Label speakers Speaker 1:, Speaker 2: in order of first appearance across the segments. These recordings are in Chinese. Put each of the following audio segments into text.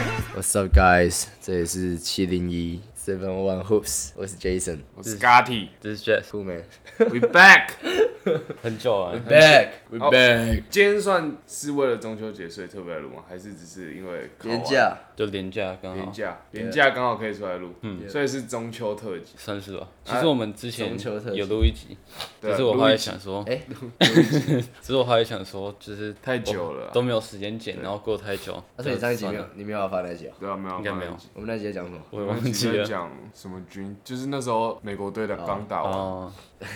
Speaker 1: up, guys？这里是七零一 Seven One Hoops，我是 Jason，
Speaker 2: 我是 Scotty，
Speaker 3: 这是 Jess，
Speaker 1: 酷 man。
Speaker 2: We back。
Speaker 3: 很久啊，
Speaker 1: Back，we
Speaker 2: Oh. 今天算是为了中秋节所以特别来录吗？还是只是因为考完
Speaker 1: 廉？价，
Speaker 3: 就廉价刚
Speaker 2: 廉
Speaker 3: 好
Speaker 2: 价，廉价刚好可以出来录，
Speaker 1: 嗯
Speaker 2: 所以是中秋特辑。
Speaker 3: 算是吧。
Speaker 2: 啊
Speaker 3: 其实我们之前
Speaker 1: 中秋特辑
Speaker 3: 有录一集，
Speaker 2: 对
Speaker 3: 只
Speaker 2: 啊
Speaker 3: 是我后来想说，
Speaker 1: 哎，
Speaker 3: 只是我后来想说，就是
Speaker 2: 太久了啊
Speaker 3: 都没有时间剪，然后过太久。
Speaker 2: 啊
Speaker 1: 他说你上一集没
Speaker 3: 算
Speaker 1: 有
Speaker 3: 了，，
Speaker 1: 你没有要发那一集啊？
Speaker 2: 对啊，没有，
Speaker 3: 应该没有
Speaker 1: 我们那一集在讲什么？
Speaker 3: 我也
Speaker 2: 忘
Speaker 3: 忘
Speaker 2: 记
Speaker 3: 记
Speaker 2: 了。
Speaker 3: 了。
Speaker 2: 讲什么军，就是那时候美国队的刚打完。
Speaker 3: 哦，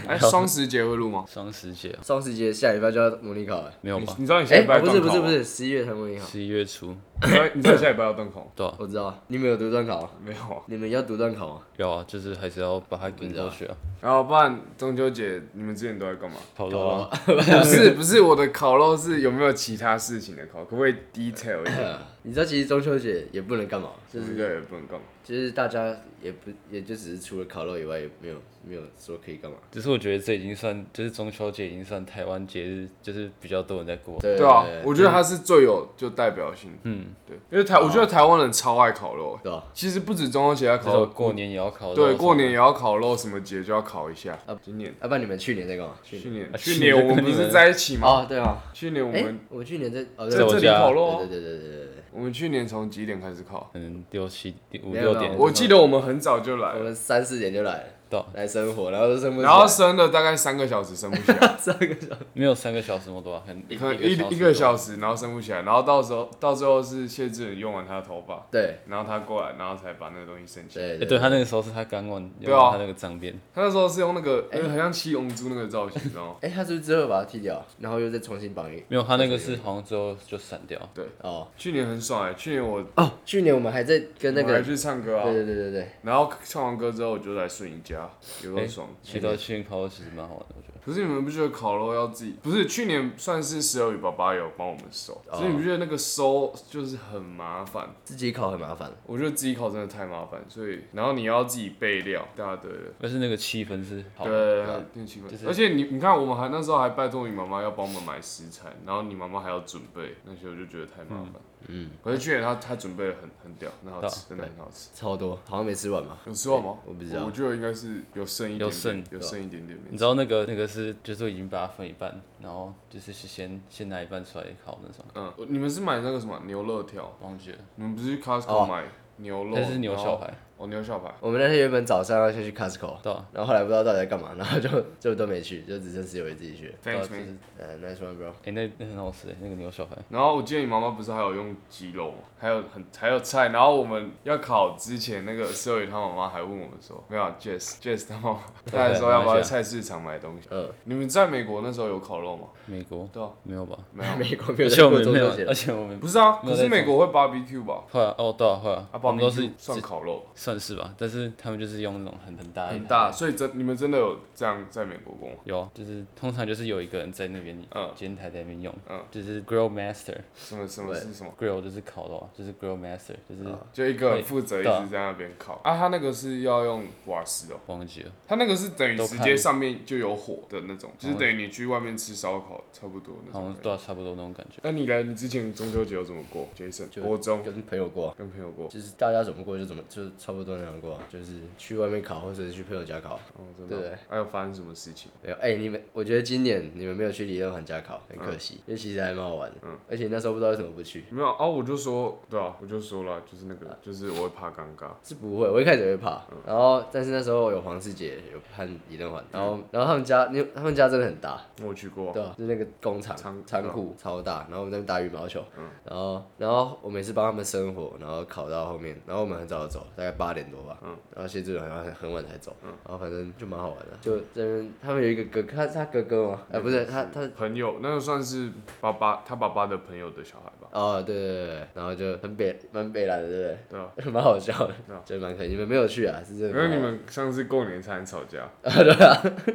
Speaker 2: 哎，双十节会录吗？
Speaker 3: 双十节啊
Speaker 1: 双十节下礼拜就要模拟考了。
Speaker 3: 没有
Speaker 2: 你
Speaker 3: 吧？
Speaker 2: 你知道你下
Speaker 1: 哎
Speaker 2: 礼拜，要
Speaker 1: 不是
Speaker 2: 断
Speaker 1: 不
Speaker 2: 考啊
Speaker 1: 是
Speaker 2: 吗
Speaker 1: 不是，，十一月才模拟考。
Speaker 3: 十一月初，
Speaker 2: 你知道你知道下礼拜要断考吗？
Speaker 3: 对啊，
Speaker 1: 我知道，你们有独断考吗？
Speaker 2: 没有啊。
Speaker 1: 你们要独断考吗？
Speaker 3: 有啊，就是还是要把它给过去啊。
Speaker 2: 然后不然中秋节你们之前都 在干嘛？
Speaker 3: 好肉啊，
Speaker 2: 不是不是，我的烤肉是有没有其他事情的烤？可不可以 detail 一点？
Speaker 1: 你知道其实中秋节也不能干嘛， 就
Speaker 2: 就是
Speaker 1: 是
Speaker 2: 对，不能干嘛？
Speaker 1: 就是大家也不也就只是除了烤肉以外，也没有没有说可以干嘛。
Speaker 3: 只是我觉得这已经算，就是中秋节已经算台湾节日，就是比较多人在过。
Speaker 1: 对
Speaker 2: 对啊，
Speaker 1: 对
Speaker 2: 我觉得它是最有就代表性。嗯，对，因为台
Speaker 3: 哦
Speaker 2: 我觉得台湾人超爱烤肉，
Speaker 1: 对吧？
Speaker 2: 其实不止中秋节要
Speaker 3: 至
Speaker 2: 烤
Speaker 3: 少
Speaker 2: 肉，
Speaker 3: 过年也要烤肉。呃
Speaker 2: 对，过年也要烤肉，什么节就要烤一下。今年
Speaker 1: 要不然你们去年在干嘛？去
Speaker 2: 去
Speaker 1: 年
Speaker 2: 年
Speaker 3: 啊
Speaker 2: 去
Speaker 3: 去
Speaker 2: 年
Speaker 3: 年
Speaker 2: 我们
Speaker 3: 跟
Speaker 2: 不
Speaker 3: 你
Speaker 2: 是
Speaker 3: 们
Speaker 2: 在一起吗？
Speaker 1: 哦，对啊，
Speaker 2: 去年我
Speaker 1: 哎
Speaker 2: 们，
Speaker 1: 我去年在哦，对
Speaker 2: 在这
Speaker 3: 我
Speaker 2: 里
Speaker 3: 家
Speaker 2: 烤肉啊
Speaker 1: 对，对对对对对，
Speaker 2: 我们去年从几点开始烤？
Speaker 3: 可能六七五
Speaker 1: 没有没有
Speaker 3: 六点
Speaker 1: 我
Speaker 2: 我记得我们很早就来
Speaker 1: 我
Speaker 2: 了，
Speaker 1: 们三四点就来了
Speaker 3: 到，
Speaker 1: 来生火，然后就生不起来
Speaker 2: 然后生了大概三个小时，生不起来。
Speaker 1: 三个小时，
Speaker 3: 没有三个小时那么多啊，可能
Speaker 2: 可能
Speaker 3: 一
Speaker 2: 一一个小时，然后升不起来，然后到时候到最后是谢志远用完他的头发，
Speaker 1: 对
Speaker 2: 然后他过来，然后才把那个东西升起来。
Speaker 1: 对
Speaker 3: 哎、对他那个时候是他刚完，
Speaker 2: 对啊
Speaker 3: 他那个脏辫，
Speaker 2: 他那时候是用那个，那个很像七龙珠那个造型，你知道吗？
Speaker 1: 哎，他是不是之后把它剃掉，然后又再重新绑一？
Speaker 3: 没有他那个是好像之后就散掉，
Speaker 1: 哦
Speaker 2: 去年很爽哎、去年我
Speaker 1: 哦，去年我们还在跟那
Speaker 2: 我还
Speaker 1: 个，对
Speaker 2: 去唱歌啊，
Speaker 1: 对对对对，
Speaker 2: 然后唱完歌之后我就来顺宜家，有够爽。哎
Speaker 3: 其实去年烤肉其实蛮好玩的，我觉得。
Speaker 2: 可是你们不觉得烤肉要自己？不是去年算是石头与爸爸有帮我们收，
Speaker 1: 哦
Speaker 2: 所以你不觉得那个收就是很麻烦？
Speaker 1: 自己烤很麻烦，
Speaker 2: 我觉得自己烤真的太麻烦，所以然后你要自己备料，一大堆的。
Speaker 3: 但是那个气氛是好的，
Speaker 2: 对，很气
Speaker 3: 哦就
Speaker 2: 氛。
Speaker 3: 是
Speaker 2: 而且你你看，我们还那时候还拜托你妈妈要帮我们买食材，然后你妈妈还要准备那些，我就觉得太麻烦。嗯，可是去年她她准备的很很屌，很好吃，真的很好吃。
Speaker 1: 超多，好像没吃完嘛。
Speaker 2: 有吃完吗？
Speaker 1: 我不知道
Speaker 2: 我觉得应该是有剩一点点，
Speaker 3: 有剩
Speaker 2: 有剩一点点没
Speaker 3: 你
Speaker 2: 吃。
Speaker 3: 知道那个那个是就是已经把它分一半，然后就是先先拿一半出来烤那种，
Speaker 2: 嗯，你们是买那个什么牛肉条？
Speaker 3: 忘记了，
Speaker 2: 你们不是去 Costco
Speaker 1: 哦
Speaker 2: 买牛肉？
Speaker 3: 那是牛小
Speaker 2: 然后
Speaker 3: 排，
Speaker 2: 哦，牛小排。
Speaker 1: 我们那天原本早上要先去 Costco，
Speaker 3: 对啊
Speaker 1: 然后后来不知道到底在干嘛，然后就 就都没去，就只剩室友自己去。
Speaker 3: 对啊
Speaker 2: Thanks
Speaker 3: 就
Speaker 2: man。
Speaker 3: 是
Speaker 1: 呃，nice one bro。
Speaker 3: 哎、那那很好吃哎，那个牛小排，
Speaker 2: 然后我记得你妈妈不是还有用鸡肉吗？还有很还有菜。然后我们要烤之前，那个社友他妈妈还问我们说，没有啊 Jess Jess 他妈妈，他还说要不要去菜市场买东 西。
Speaker 1: 嗯，
Speaker 2: 你们在美国那时候有烤肉吗？
Speaker 3: 美国
Speaker 2: 对啊，
Speaker 3: 没有吧？
Speaker 2: 没有。
Speaker 1: 美国没
Speaker 3: 而
Speaker 1: 有
Speaker 3: 且
Speaker 1: 在
Speaker 3: 我
Speaker 1: 过
Speaker 3: 们
Speaker 1: 中
Speaker 3: 没有
Speaker 1: 秋节，
Speaker 3: 而，且我们
Speaker 2: 不是啊，可
Speaker 3: 没有
Speaker 2: 是
Speaker 3: 在
Speaker 2: 美国会 barbecue 吧？
Speaker 3: 会啊，哦对啊会啊，
Speaker 2: 啊
Speaker 3: 我们都是
Speaker 2: barbecue 算烤肉吧，
Speaker 3: 算是吧，但是他们就是用那种很很
Speaker 1: 哎
Speaker 3: 大一
Speaker 2: 很
Speaker 3: 台
Speaker 2: 大，所以真你们真的有这样在美国过吗？
Speaker 3: 有，就是通常就是有一个人在那边
Speaker 2: 嗯
Speaker 3: 监台在那边用，
Speaker 2: 嗯
Speaker 3: 就是 grill master
Speaker 2: 什么什么
Speaker 1: 对
Speaker 2: 是什么？
Speaker 3: grill 就是烤肉啊，就是 grill master 就是
Speaker 2: 就一个人
Speaker 3: 对
Speaker 2: 负责一
Speaker 3: 对啊
Speaker 2: 直在那边烤啊，他那个是要用瓦斯哦，
Speaker 3: 忘记了，
Speaker 2: 他那个是等于
Speaker 3: 都
Speaker 2: 直
Speaker 3: 看
Speaker 2: 接上面就有火的那种，就是
Speaker 3: 哦
Speaker 2: 等于你去外面吃烧烤差不多那
Speaker 3: 好
Speaker 2: 种感
Speaker 3: 像
Speaker 2: 觉。
Speaker 3: 都要差不多那种感觉。
Speaker 2: 那你呢？你之前中秋节有怎么过？Jason，
Speaker 1: 就
Speaker 2: 国中
Speaker 1: 跟朋友过啊，
Speaker 2: 跟朋友过，哦
Speaker 1: 就是大家怎么过就怎么，就差不多那样过啊，就是去外面烤或者是去朋友家烤。
Speaker 2: 哦，真的
Speaker 1: 对
Speaker 2: 哦。还有发生什么事情？
Speaker 1: 没有，哎、你们，我觉得今年你们没有去理论环家考，很可惜，因为其实还蛮好玩的。嗯，而且那时候不知道为什么不去，
Speaker 2: 没有啊，我就说，对啊，我就说了，就是那
Speaker 1: 啊
Speaker 2: 个，就是我会怕尴尬。
Speaker 1: 是不会，我一开始也会怕，然后但是那时候有黄世杰，有和理论环，然后然后他们家，因为他们家真的很大，
Speaker 2: 我有去过啊，
Speaker 1: 对、啊，就那个工厂
Speaker 2: 仓
Speaker 1: 仓嗯库超大，然后我们在那边打羽毛球，然后然后我每次帮他们生火，然后烤到后面，然后我们很早就走，大概八点多吧，然后谢志远好像很很晚才走，然后反正就蛮好玩的，就这边他们有一个哥哥，他他哥哥吗？哎、不是他他
Speaker 2: 朋友，那个算是爸爸他爸爸的朋友的小孩吧？
Speaker 1: 哦，对对对对，然后就很北蛮北来的，对
Speaker 2: 对啊。
Speaker 1: 不对？蛮 好笑的
Speaker 2: 对啊，就
Speaker 1: 就蛮可以。你哦们没有去啊？是真
Speaker 2: 因
Speaker 1: 的蛮好。
Speaker 2: 为你们上次过年差点吵架，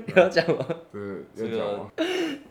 Speaker 1: 你要讲吗？
Speaker 2: 对，要讲吗？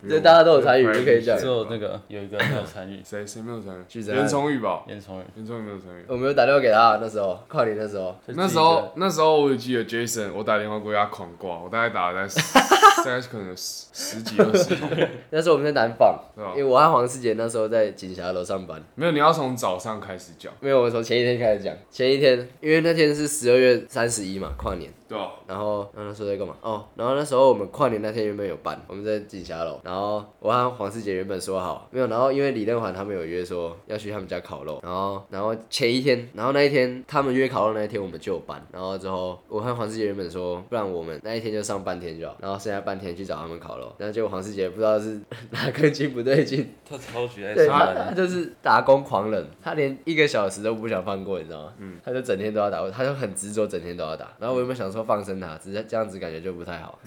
Speaker 1: 这大家都有参与，就可以这
Speaker 2: 对，
Speaker 1: 样
Speaker 3: 只。有那个有一个没有参与
Speaker 2: 谁谁没有参
Speaker 1: 巨
Speaker 2: 与？
Speaker 1: 灾
Speaker 2: 袁崇宇吧，
Speaker 3: 严崇宇，
Speaker 2: 袁崇宇没有参与。
Speaker 1: 我没有打电话给他，啊那时候跨年那时候，
Speaker 2: 那时候那时候我记得 Jason，我打电话过去他狂挂，我大概打了大概十 大概可能十十几二十通，
Speaker 1: 那时候我们在南纺，
Speaker 2: 对啊
Speaker 1: 因为我和黄世杰那时候在锦霞楼上班。
Speaker 2: 没有，你要从早上开始讲，
Speaker 1: 没有，我从前一天开始讲。前一天，因为那天是十二月三十一嘛，跨年。
Speaker 2: 对吧？
Speaker 1: 然后，然后那时候在干嘛？哦，然后那时候我们跨年那天原本有办，我们在锦霞楼。然后我和黄世杰原本说好，没有。然后因为李任环他们有约说要去他们家烤肉，然后，然后前一天，然后那一天他们约烤肉那一天我们就有办。然后之后，我和黄世杰原本说，不然我们那一天就上半天就好，然后剩下半天去找他们烤肉。然后结果黄世杰不知道是哪根筋不对劲，
Speaker 3: 他超级爱
Speaker 1: 对
Speaker 3: 上
Speaker 1: 他，
Speaker 3: 班
Speaker 1: 他，就是打工狂人，他连一个小时都不想放过，你知道吗？他就整天都要打，他就很执着，整天都要打。然后我原本想说放生他，只是这样子感觉就不太好，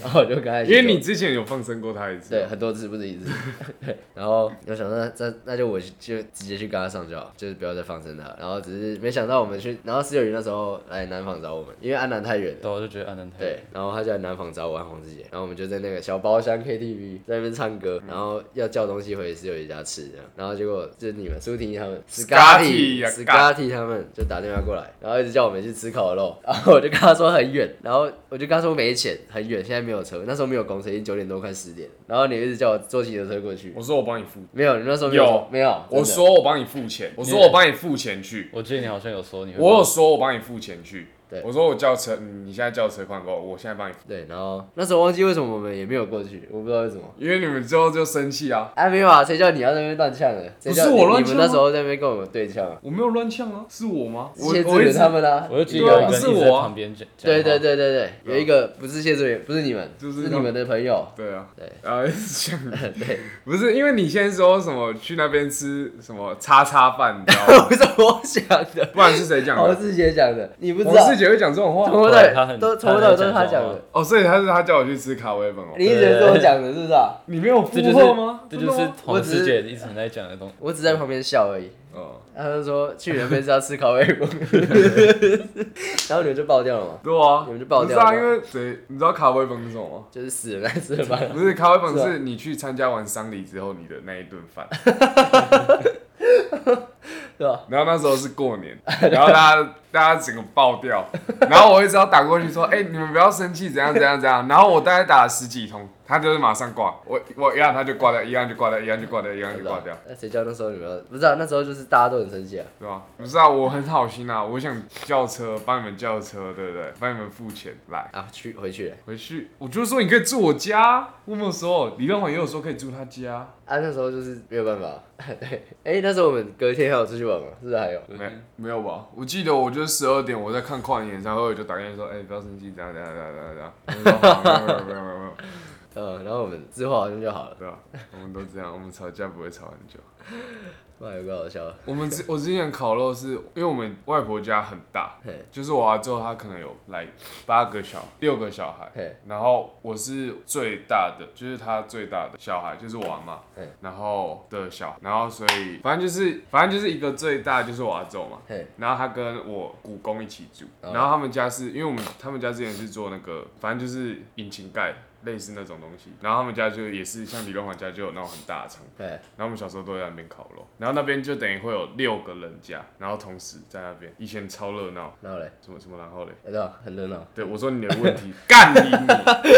Speaker 1: 然后我就跟他一起
Speaker 2: 因
Speaker 1: 做，
Speaker 2: 为你之前有放生过他一次，啊
Speaker 1: 对很多次不是一次，对。然后我想说那那那就我就直接去跟他上就好，就是不要再放生他。然后只是没想到我们去，然后石友云那时候来南纺找我们，因为安南太远了。
Speaker 3: 对，我就觉得安南太
Speaker 1: 对，然后他就在南纺找我和黄志杰，然后我们就在那个小包厢 KTV 在那边唱
Speaker 2: 嗯
Speaker 1: 歌，然后要叫东西回室友家吃这样，然后结果就是你们苏婷他们
Speaker 2: Scotty 呀
Speaker 1: Scotty 他们就打电话过来，然后一直叫我们去吃烤肉， 然后我就跟他说很远，然后我就跟他说没钱，很远，现在没有车，那时候没有公车，已经九点多快十点了，然后你一直叫我坐骑车过去，
Speaker 2: 我说我帮你付，
Speaker 1: 没有，你那时候没有
Speaker 2: 有
Speaker 1: 没有，真的
Speaker 2: 我说我帮你付钱，我说我帮你付钱去，
Speaker 3: 我记得你好像有说你会
Speaker 2: 我有说我帮你付钱去
Speaker 1: 对，
Speaker 2: 我说我叫车，嗯你现在叫车款给我，我现在帮你付，
Speaker 1: 对，然后那时候忘记为什么我们也没有过去，我不知道为什么。
Speaker 2: 因为你们之后就生气啊，
Speaker 1: 哎，没有啊，谁叫你要在那边乱呛的？谁叫
Speaker 2: 不是我乱
Speaker 1: 你们
Speaker 2: 呛吗
Speaker 1: 那时候在那边跟我们对呛啊？
Speaker 2: 我没有乱呛啊，是我吗？我
Speaker 1: 谢
Speaker 2: 我
Speaker 1: 志
Speaker 2: 一
Speaker 1: 远
Speaker 2: 直
Speaker 1: 他们啊，
Speaker 3: 我就记得
Speaker 1: 一
Speaker 3: 有
Speaker 1: 个
Speaker 3: 一
Speaker 2: 不
Speaker 3: 个
Speaker 2: 是
Speaker 3: 一直在
Speaker 2: 我啊
Speaker 3: 旁边讲，
Speaker 1: 对对对
Speaker 3: 对，
Speaker 1: 对对，有一个不是谢志远，不是你们，
Speaker 2: 就是
Speaker 1: 是
Speaker 2: 他
Speaker 1: 你们的朋友。
Speaker 2: 对啊，
Speaker 1: 对
Speaker 2: 啊，一直呛。
Speaker 1: 对，
Speaker 2: 不是因为你先说什么去那边吃什么叉叉饭，你知道吗？
Speaker 1: 不是我想的，
Speaker 2: 不然是谁讲
Speaker 1: 黄
Speaker 2: 的？
Speaker 1: 世杰讲的，你哦不知
Speaker 2: 王
Speaker 1: 道
Speaker 2: 世，杰会讲这种话
Speaker 1: 从头
Speaker 3: 对
Speaker 1: 到
Speaker 3: 他
Speaker 1: 尾
Speaker 3: 很
Speaker 1: 都从头到尾都是他
Speaker 3: 他很
Speaker 1: 讲
Speaker 3: 讲
Speaker 1: 的
Speaker 3: 话，
Speaker 2: 哦，所以他是他叫我去吃卡威本哦。
Speaker 1: 你一直是我讲的，是不是啊？
Speaker 2: 你没有附
Speaker 3: 这就是
Speaker 2: 和吗？
Speaker 3: 这就
Speaker 2: 真
Speaker 3: 是
Speaker 2: 的吗
Speaker 1: 我
Speaker 3: 黄
Speaker 1: 只是
Speaker 3: 师姐一直很在讲的东西。
Speaker 1: 我只在旁边笑而已。
Speaker 2: 哦，
Speaker 1: 他就说去你那边是要吃烤味锅，然后你们就爆掉了嘛，
Speaker 2: 对啊，
Speaker 1: 你们就爆掉
Speaker 2: 不是啊，
Speaker 1: 了
Speaker 2: 因为谁你知道卡威本是什么吗？
Speaker 1: 就是死人来吃的饭。
Speaker 2: 不是卡威本
Speaker 1: 是啊
Speaker 2: 是你去参加完丧礼之后你的那一顿 饭，
Speaker 1: 对吧？
Speaker 2: 然后那时候是过年，然后大家大家整个爆掉，然后我一直要打过去说， 哎、你们不要生气，怎样怎样怎样，然后我大概打了十几通，他就是马上挂，我我一样他就挂掉，一样就挂掉，一样就挂掉，一样就挂掉。
Speaker 1: 那谁叫那时候你们要？不知道、那时候就是大家都很生气啊。
Speaker 2: 对吧？不是啊，我很好心啊，我想叫车，帮你们叫车，对不对？帮你们付钱，来
Speaker 1: 啊，去回去了
Speaker 2: 回去。我就说你可以住我家，我没有说，李亮华也有说可以住他家，
Speaker 1: 啊，那时候就是没有办法。 对，哎、那时候我们隔天还有出去玩吗？是不是还有？
Speaker 2: 没没有吧？我记得我就是十二点我在看跨年演唱会，我就打电话说，哎、不要生气，怎样怎样怎样怎样怎样。我就说好没有没有没有没有没有，
Speaker 1: 嗯，然后我们之后好像就好了。
Speaker 2: 对吧？我们都这样，我们吵架不会吵很久。
Speaker 1: 哇，有个好笑的，
Speaker 2: 我们之我之前烤肉是因为我们外婆家很大
Speaker 1: 嘿，
Speaker 2: 就是我阿舅他可能有来八个小六个小孩
Speaker 1: 嘿，
Speaker 2: 然后我是最大的，就是他最大的小孩就是我阿妈
Speaker 1: 嘿，
Speaker 2: 然后的小，然后所以反正就是反正就是一个最大就是我阿舅嘛，
Speaker 1: 嘿，哦
Speaker 2: 然后他跟我姑公一起住，然后他们家是因为我们他们家之前是做那个，反正就是引擎盖类似那种东西，然后他们家就也是像李荣华家就有那种很大的仓库
Speaker 1: 嘿，
Speaker 2: 然后我们小时候都在那边烤肉，然后那边就等于会有六个人家，然后同时在那边，以前超热闹，
Speaker 1: 然后嘞，
Speaker 2: 什么什么然后嘞，
Speaker 1: 哎、对吧、很热闹，
Speaker 2: 对我说你的问题， 干你你，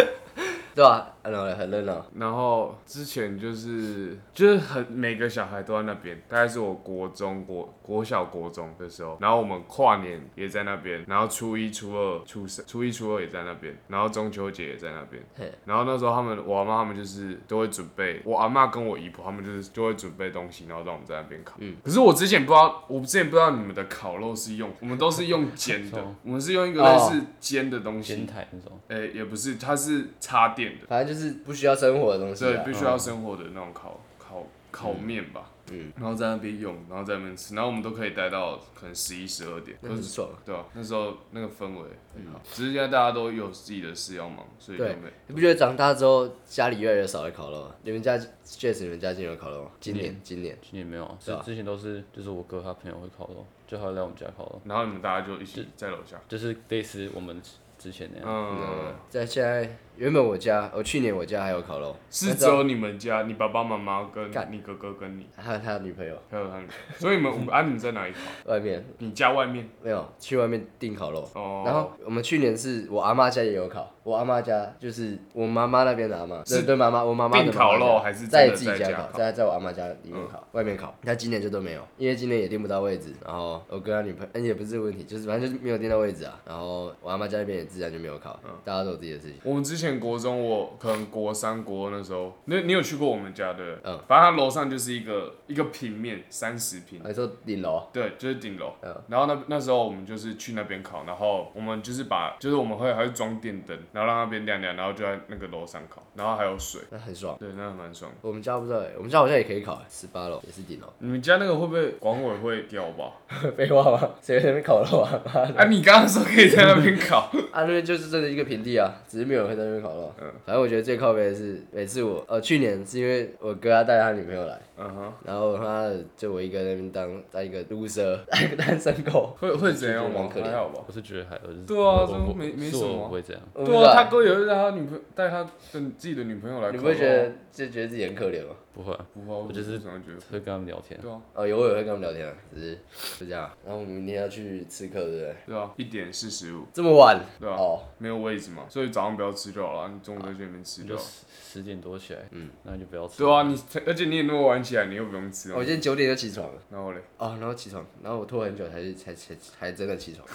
Speaker 1: 对吧、啊？然后嘞，很热闹，
Speaker 2: 然后之前就是就是很每个小孩都在那边，大概是我国中国国小国中的时候，然后我们跨年也在那边，然后初一初二初三初一初二也在那边，然后中秋节也在那边，
Speaker 1: 嘿，
Speaker 2: 然后那时候他们，我阿妈他们就是都会准备，我阿妈跟我姨婆他们就是就会准备东西，然后让我们在那边烤。
Speaker 1: 嗯
Speaker 2: 可是我之前不知道，我之前不知道你们的烤肉是用，我们都是用煎的
Speaker 3: 哦，
Speaker 2: 我们是用一个类似煎的东
Speaker 3: 仙
Speaker 2: 西，
Speaker 3: 台那种，
Speaker 2: 诶、也不是，它是插电的，
Speaker 1: 反正就是不需要生活的东西
Speaker 2: 所以
Speaker 1: 啊。
Speaker 2: 必须要生火的那种烤烤烤面吧。
Speaker 1: 嗯
Speaker 2: 然后在那边用，然后在那边吃，然后我们都可以待到可能十一十二点，
Speaker 1: 那
Speaker 2: 都
Speaker 1: 很
Speaker 2: 是
Speaker 1: 爽啊。嗯
Speaker 2: 对啊，那时候那个氛围很好，只是现在大家都有自己的事要忙，所以就
Speaker 1: 对
Speaker 2: 没。
Speaker 1: 你不觉得长大之后家里越来越少会烤肉吗？你们家确实，你们家今年有烤肉吗？今年，今年，
Speaker 3: 今年没有啊，
Speaker 1: 对
Speaker 3: 之
Speaker 1: 啊
Speaker 3: 之前都是就是我哥他朋友会烤肉，就他会来我们家烤肉，
Speaker 2: 然后你们大家就一起在楼下。
Speaker 3: 就是类似我们之前那样。
Speaker 2: 嗯，
Speaker 1: 在现在原本我家，我去年我家还有烤肉，
Speaker 2: 是只有你们家，你爸爸妈妈跟
Speaker 1: 干
Speaker 2: 你哥哥跟你，
Speaker 1: 还有他的女朋友
Speaker 2: 还有他们，所以你们五个啊，你们在哪里烤？
Speaker 1: 外面
Speaker 2: 你家外面
Speaker 1: 没有去外面订烤肉。
Speaker 2: 哦。
Speaker 1: 然后我们去年是我阿妈家也有烤，我阿妈家就是我妈妈那边的阿妈，对对妈妈，我妈妈的
Speaker 2: 订烤肉
Speaker 1: 妈妈家
Speaker 2: 还是真的
Speaker 1: 在自己
Speaker 2: 在家
Speaker 1: 家烤，
Speaker 2: 烤嗯
Speaker 1: 在在我阿妈家里面烤，外面烤。他今年就都没有，因为今年也订不到位置，然后我跟他女朋友，嗯也不是这个问题，就是反正就是没有订到位置啊。然后我阿妈家那边也自然就没有烤，
Speaker 2: 嗯
Speaker 1: 大家都有自己的事情。
Speaker 2: 我们之前国中，我可能国三、国二那时候，那你有去过我们家的？
Speaker 1: 嗯，
Speaker 2: 反正它楼上就是一个一个平面，三十平，
Speaker 1: 哎你说顶楼，啊
Speaker 2: 对，就是顶楼。
Speaker 1: 嗯
Speaker 2: 然后那那时候我们就是去那边烤，然后我们就是把，就是我们会还会装电灯，然后让那边亮亮，然后就在那个楼上烤，然后还有水，
Speaker 1: 那很爽。
Speaker 2: 对，那还蛮爽的。
Speaker 1: 我们家不知道、欸，我们家好像也可以烤、欸，十八楼也是顶楼。
Speaker 2: 你们家那个会不会管委会掉吧？
Speaker 1: 废话吗？谁在那边烤肉啊？妈的
Speaker 2: 啊，你刚刚说可以在那边烤，
Speaker 1: 啊，那边就是真的一个平地啊，只是没有人会在那边烤肉。嗯，反正我觉得最靠背的是，每次我呃去年是因为我哥他带他女朋友来，
Speaker 2: 嗯哼，
Speaker 1: 然后他妈的就我一个人在那边当当一个 loser，当一 个单身狗。
Speaker 2: 会会怎样吗？
Speaker 1: 蛮可怜
Speaker 2: 还好吧。
Speaker 3: 我是觉得还，我是
Speaker 2: 对啊
Speaker 3: 我
Speaker 2: 这
Speaker 3: 我
Speaker 2: 没没
Speaker 3: 是
Speaker 2: 什
Speaker 3: 我
Speaker 2: 么
Speaker 3: 不会这样。
Speaker 1: 我不知
Speaker 2: 对啊，
Speaker 1: 道
Speaker 2: 他哥也会带他女朋带他的自己的女朋友来烤肉啊。
Speaker 1: 你不会觉得就觉得自己很可怜吗？
Speaker 3: 不会、啊，
Speaker 2: 不会啊？我
Speaker 3: 我就是
Speaker 2: 怎么觉得？
Speaker 3: 会跟他们聊天。
Speaker 2: 对啊，
Speaker 1: 哦，有我也会跟他们聊天啊，只是就这样。啊然后我们明天要去吃客，对不对？
Speaker 2: 对啊，一点四十五，
Speaker 1: 这么晚？
Speaker 2: 对啊
Speaker 1: 哦，
Speaker 2: 没有位置嘛，所以早上不要吃就好了，你中午在这里面吃
Speaker 3: 你
Speaker 2: 就
Speaker 3: 就
Speaker 2: 好了。
Speaker 3: 十十点多起来，嗯，那你就不要吃。
Speaker 2: 对啊，你而且你也那么晚起来，你又不用吃
Speaker 1: 我
Speaker 2: 哦
Speaker 1: 今。天九点就起床了。
Speaker 2: 然后嘞，
Speaker 1: 哦，然后起床，然后我拖很久才才才才真的起床。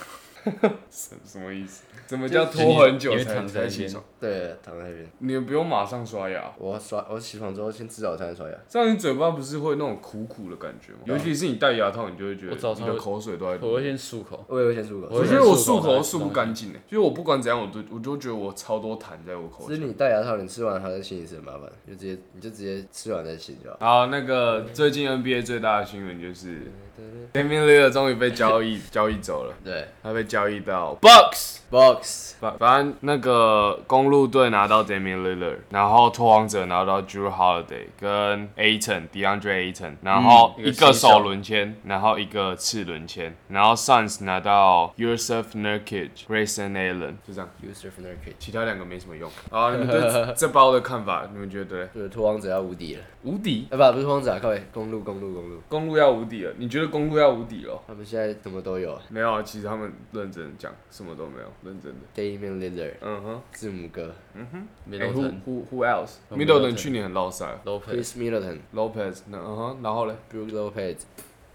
Speaker 2: 什什么意思？怎么叫
Speaker 3: 就是
Speaker 2: 拖很久
Speaker 3: 你会
Speaker 2: 才
Speaker 3: 躺在
Speaker 2: 才
Speaker 3: 那
Speaker 2: 起
Speaker 3: 边
Speaker 2: 床？
Speaker 1: 对，躺在那边，
Speaker 2: 你不用马上刷牙，
Speaker 1: 我刷我起床之后先吃早餐刷牙。
Speaker 2: 这样你嘴巴不是会那种苦苦的感觉吗？尤其是你戴牙套，你就会觉
Speaker 3: 啊我早
Speaker 2: 得
Speaker 3: 上
Speaker 2: 你的
Speaker 3: 会
Speaker 2: 口水都在流。
Speaker 3: 我会先漱口，
Speaker 1: 我也会先漱口。
Speaker 2: 我
Speaker 3: 我
Speaker 2: 觉得我
Speaker 3: 漱
Speaker 2: 漱
Speaker 3: 口
Speaker 2: 口
Speaker 3: 拿
Speaker 2: 漱不干净的，欸就是我不管怎样，我都我就觉得我超多痰在我口
Speaker 1: 其
Speaker 2: 腔
Speaker 1: 实。你戴牙套，你吃完还要再清一次，很麻烦，就直接你就直接吃完再清就好。
Speaker 2: 好，那个最近 NBA 最大的新闻就是 Damian l i l l 终于被交易交易走了，
Speaker 1: 对
Speaker 2: 他被交易到 Bucks。
Speaker 1: ，box
Speaker 2: 反反正那个公路队拿到 Damian l i l l a r 然后拓荒者拿到 Drew Holiday 跟 Aiton DeAndre Aiton，然后
Speaker 3: 嗯
Speaker 2: 一
Speaker 3: 一个
Speaker 2: 个
Speaker 3: 新秀
Speaker 2: 首轮签，然后一个次轮签，然后 Suns 拿到 Yusuf Nurkic、Grayson Allen，就这样，
Speaker 1: user for their cage，
Speaker 2: 其他两个没什么用。啊，你们对 这这包的看法，你们觉得嘞
Speaker 1: 就是拓荒者要无敌了，
Speaker 2: 无敌？
Speaker 1: 啊不不是拓荒者啊，各位公路公路公路，
Speaker 2: 公路要无敌了，你觉得公路要无敌了？
Speaker 1: 他们现在什么都有
Speaker 2: 没有啊，其实他们认真讲，什么都没有，认真的。
Speaker 1: ，Damian l i l l a r
Speaker 2: 嗯哼，
Speaker 1: 字母哥
Speaker 3: 没
Speaker 2: 哎
Speaker 3: 楼
Speaker 2: who
Speaker 3: 层，
Speaker 2: who who else？
Speaker 3: 我
Speaker 2: m
Speaker 3: 没
Speaker 2: i d d
Speaker 3: 有
Speaker 2: l e
Speaker 3: 在
Speaker 2: n 去年很落赛
Speaker 3: 楼层。
Speaker 1: ，Chris Middleton、
Speaker 2: ，Lopez，那嗯哼，然后嘞
Speaker 1: Brook Lopez，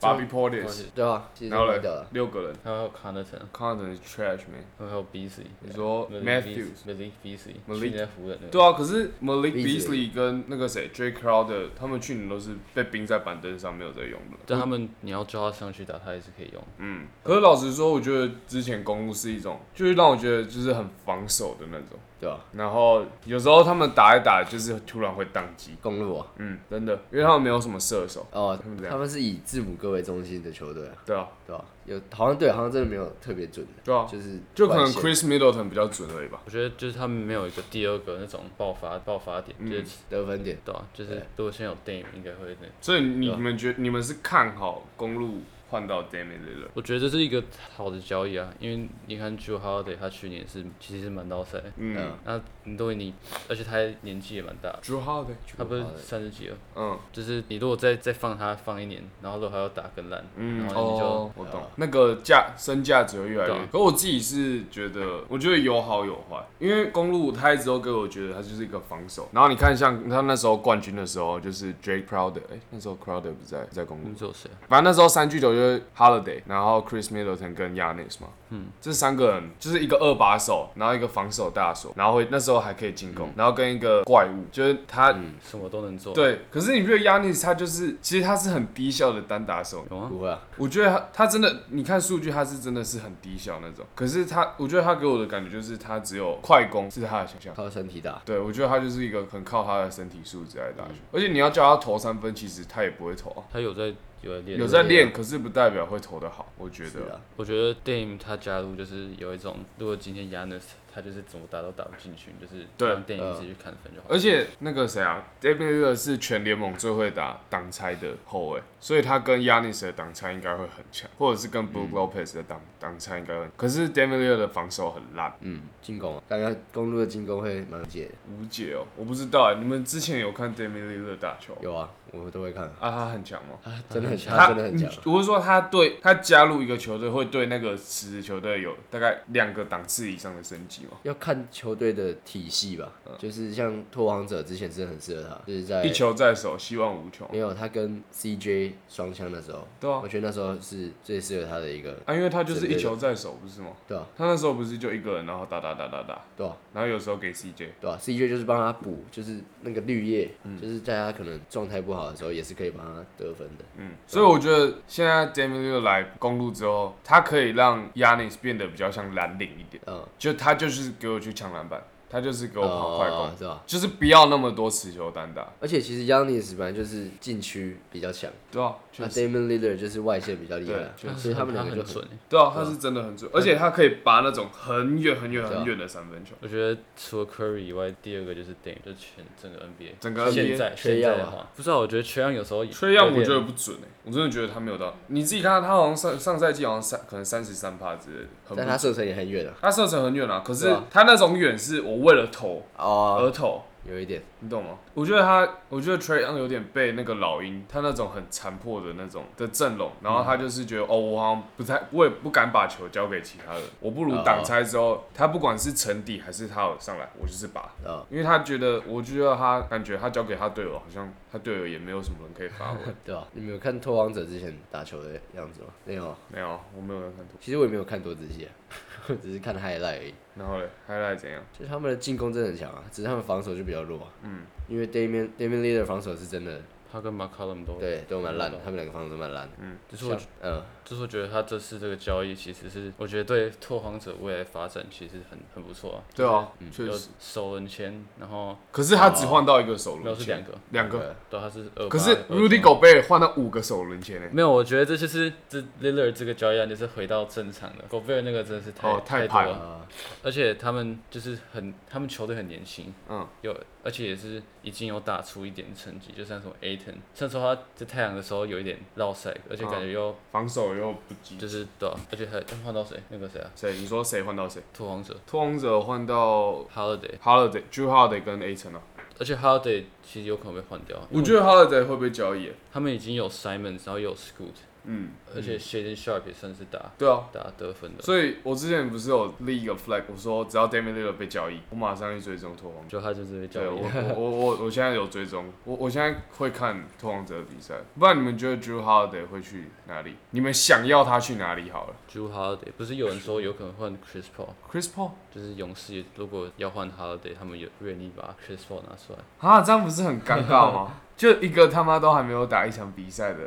Speaker 2: ，Bobby Portis，
Speaker 1: 对吧？其实
Speaker 2: 然后
Speaker 1: 蛮
Speaker 2: 嘞
Speaker 1: 屌的，，啊
Speaker 2: 六个人
Speaker 3: 还有 Connaughton，
Speaker 2: ，Conton 是 trash man，
Speaker 3: 还有 Beasley，
Speaker 2: 你说 Matthews。
Speaker 3: Malik Beasley，
Speaker 2: Malik-
Speaker 3: 去年在湖人那个。
Speaker 2: 对啊，可是 Malik
Speaker 1: Beasley
Speaker 2: Beasley 跟那个谁 J Crowder，他们去年都是被冰在板凳上，没有在用的。
Speaker 1: 啊
Speaker 3: 但他们你要叫他上去打，他也是可以用。
Speaker 2: 嗯，可是老实说，我觉得之前公路是一种，就是让我觉得就是很防守的那种。
Speaker 1: 对啊吧？
Speaker 2: 然后有时候他们打一打，就是突然会宕机。
Speaker 1: 公路啊，
Speaker 2: 嗯，真的，因为他们没有什么射手。
Speaker 1: 哦
Speaker 2: 他们怎，样
Speaker 1: 他们是以字母哥为中心的球队啊，
Speaker 2: 对啊，
Speaker 1: 对吧？有好像对，好像真的没有特别准的，
Speaker 2: 对啊，
Speaker 1: 就是
Speaker 2: 就可能
Speaker 1: 外线
Speaker 2: Chris Middleton 比较准而已吧。
Speaker 3: 我觉得就是他们没有一个第二个那种爆发爆发点，就是
Speaker 2: 嗯
Speaker 1: 得分点，
Speaker 3: 对啊，就是如果现在有 Dame 应该会那。
Speaker 2: 所以你
Speaker 1: 对啊
Speaker 2: 你们觉你们是看好公路换到 Damian l i l l a r
Speaker 3: 我觉得这是一个好的交易啊，因为你看 j u h o l i d a y 他去年是其实是蛮到赛，
Speaker 2: 嗯
Speaker 1: 嗯
Speaker 3: 那你都你，而且他年纪也蛮大，
Speaker 2: ，Drew Holiday，
Speaker 3: 他不是三十几了，
Speaker 2: 嗯
Speaker 3: 就是你如果再再放他放一年，然后如果还要打更烂，
Speaker 2: 嗯，
Speaker 3: 然后你就
Speaker 2: 哦，我懂，那个价身价只会越来
Speaker 3: 对
Speaker 2: 越
Speaker 3: 啊。
Speaker 2: 可我自己是觉得，我觉得有好有坏，因为公路他一直都给我觉得他就是一个防守。然后你看，像他那时候冠军的时候，就是 Jake Crowder，哎、那时候 Crowder 不在不在公
Speaker 3: 你
Speaker 2: 路
Speaker 3: 们，只有谁啊？
Speaker 2: 反正那时候三巨头就是 Holiday，然后 Chris Middleton 跟 Yanis 嘛，嗯，这三个人就是一个二把手，然后一个防守大手，然后会那时候还可以进攻，然后跟一个怪物，就是他。
Speaker 3: 什么都能做。，啊
Speaker 2: 对，可是你觉得 Yanis 他就是，其实他是很低效的单打手，
Speaker 3: 有吗？
Speaker 1: 不会啊，
Speaker 2: 我觉得他他真的，你看数据，他是真的是很低效那种。可是他，我觉得他给我的感觉就是他只有快攻是他的强项。
Speaker 1: 靠身体打，
Speaker 2: 对，我觉得他就是一个很靠他的身体素质来打球，而且你要叫他投三分，其实他也不会投啊。
Speaker 3: 他有在有在练，
Speaker 2: 有在练，可是不代表会投得好，我觉
Speaker 1: 是
Speaker 2: 得。
Speaker 1: 啊，
Speaker 3: 我觉得 Dame 他加入就是有一种，如果今天 Yanis 他就是怎么打都打不进去，就是
Speaker 2: 对
Speaker 3: 让电影自己去看分就好。
Speaker 2: 而且那个谁啊 d a v i l 是全联盟最会打挡拆的后卫，所以他跟 Yanis 的挡拆应该会很强，或者是跟
Speaker 1: 嗯
Speaker 2: Brook Lopez 的挡挡拆应该会很。可是 d a v i l 的防守很烂，
Speaker 1: 嗯，进攻啊，感觉公路的进攻会蛮解的。
Speaker 2: 无解哦，我不知道哎，你们之前有看 d a v i l 的打球
Speaker 1: 有啊，我都会看，
Speaker 2: 啊？他很强吗？
Speaker 1: 呃真的很强，他真的很强。
Speaker 2: 我是说他对他加入一个球队会对那个实职球队有大概两个档次以上的升级吗？
Speaker 1: 要看球队的体系吧，就是像拓荒者之前真的很适合他，就是在
Speaker 2: 嗯一球在手，希望无穷。
Speaker 1: 没有他跟 CJ 双枪的时候，
Speaker 2: 对啊，
Speaker 1: 我觉得那时候是最适合他的一个，
Speaker 2: 啊，因为他就是一球在手，不是吗？
Speaker 1: 对啊，
Speaker 2: 他那时候不是就一个人，然后打打打打打，
Speaker 1: 对啊，
Speaker 2: 然后有时候给 CJ，
Speaker 1: 对吧、c j 就是帮他补，就是那个绿叶，
Speaker 2: 嗯
Speaker 1: 就是在他可能状态不好的时候，也是可以帮他得分的。
Speaker 2: 嗯，所以我觉得现在 d a m i l 来公路之后，他可以让 Yanis 变得比较像蓝领一点，
Speaker 1: 嗯，
Speaker 2: 就他就是给我去抢篮板，他就是给我跑快攻，
Speaker 1: 哦是吧？
Speaker 2: 就是不要那么多持球单打，
Speaker 1: 而且其实 Yanis 本来就是禁区比较强，
Speaker 2: 对啊，
Speaker 1: 那
Speaker 2: 确实，
Speaker 1: Damon l i l l a r 就是外线比较厉害啊，所以他们两个就
Speaker 3: 很
Speaker 1: 很
Speaker 3: 准欸。
Speaker 2: 对啊，他是真的很准，而且他可以拔那种很远很远很远的三分球，
Speaker 3: 我觉得除了 Curry 以外，第二个就是 Dame，就是全整个 NBA。
Speaker 2: 整个 NBA
Speaker 3: 现在
Speaker 1: 缺
Speaker 3: 现
Speaker 1: 样啊
Speaker 3: 在的话，不知道，我觉得缺样有时候也
Speaker 2: 崔样
Speaker 3: 有
Speaker 2: 我
Speaker 3: 点
Speaker 2: 觉得不准哎、我真的觉得他没有到，你自己看他好像上上赛季好像三可能三十三趴之类的，很不
Speaker 1: 但他射程也很远啊。
Speaker 2: 他射程很远啊，可是
Speaker 1: 对啊
Speaker 2: 他那种远是我为了投
Speaker 1: 哦，
Speaker 2: 而投，
Speaker 1: 有一点，
Speaker 2: 你懂吗？我觉得他，我觉得 Trey Young 有点被那个老鹰他那种很残破的那种的阵容，然后他就是觉得、哦，我好像不太，我也不敢把球交给其他人，我不如
Speaker 1: 哦
Speaker 2: 挡拆之后，他不管是沉底还是他有上来，我就是拔。
Speaker 1: 哦，
Speaker 2: 因为他觉得，我觉得他感觉他交给他队友，好像他队友也没有什么人可以发挥。
Speaker 1: 对啊吧？你没有看拓荒者之前打球的样子吗？没有啊，
Speaker 2: 没有，我没有看图。
Speaker 1: 其实我也没有看多仔细啊， 我只是看 highlight 而已。
Speaker 2: 然后嘞，还来怎样？
Speaker 1: 就是他们的进攻真的很强啊，只是他们防守就比较弱、啊。
Speaker 2: 嗯，
Speaker 1: 因为 Damian Damian l e a d e r 防守是真的，
Speaker 3: 他跟 McCollum 都，
Speaker 1: 对，都蛮烂的，他们两个防守都蛮烂的。
Speaker 3: 就是我
Speaker 1: 像嗯，
Speaker 3: 就是我觉得他这次这个交易其实是，我觉得对拓荒者未来发展其实很很不错啊。
Speaker 2: 对啊，确
Speaker 3: 有
Speaker 2: 实。
Speaker 3: 首轮签，然后
Speaker 2: 可是他只换到一个首
Speaker 3: 没有
Speaker 2: 轮
Speaker 3: 是
Speaker 2: 签
Speaker 3: 两，个，
Speaker 2: 哦两个。
Speaker 1: 对
Speaker 3: 对，他是二八。
Speaker 2: 可是
Speaker 3: 二九
Speaker 2: Rudy Gobert 换到五个首轮签呢。欸
Speaker 3: 没有，我觉得这就是这 Lillard 这个交易案就是回到正常的。Gobert 那个真的是太、
Speaker 2: 哦太
Speaker 3: 多
Speaker 2: 盘
Speaker 3: 了，
Speaker 1: 啊，
Speaker 3: 而且他们就是很，他们球队很年轻，
Speaker 2: 嗯，
Speaker 3: 有而且也是已经有打出一点成绩，就像什么 Aton，虽然说他在太阳的时候有一点落赛，而且感觉又、
Speaker 2: 防守又不及。
Speaker 3: 就是对啊、而且还换到谁？那个谁啊，
Speaker 2: 谁？你说谁换到谁？
Speaker 3: 拓荒者
Speaker 2: 拓荒者换到
Speaker 3: Holiday，
Speaker 2: Holiday、Drew Holiday 跟 A 城啊。
Speaker 3: 而且 Holiday 其实有可能被换掉，
Speaker 2: 我觉得 Holiday 会被交易欸。
Speaker 3: 他们已经有 Simons，然后有 Scoot，
Speaker 2: 嗯，
Speaker 3: 而且 Shaden Sharp 也算是打
Speaker 2: 对啊。
Speaker 3: 打得分的，
Speaker 2: 所以我之前不是有立一个 flag，我说只要 Damian l i l l a r 被交易，我马上去追踪拓 荒者。
Speaker 3: 就他就是被交
Speaker 2: 对我
Speaker 3: 易。
Speaker 2: 我我我我现在有追踪，我我现在会看拓荒者的比赛。不然你们觉得 Drew Holiday 会去哪里？你们想要他去哪里好了
Speaker 3: Drew Holiday 不是有人说有可能换 Chris Paul，
Speaker 2: ？Chris Paul
Speaker 3: 就是勇士如果要换 Holiday，他们也愿意把 Chris Paul 拿出来。
Speaker 2: 啊，这样不是很尴尬吗？ 就一个他妈都还没有打一场比赛的，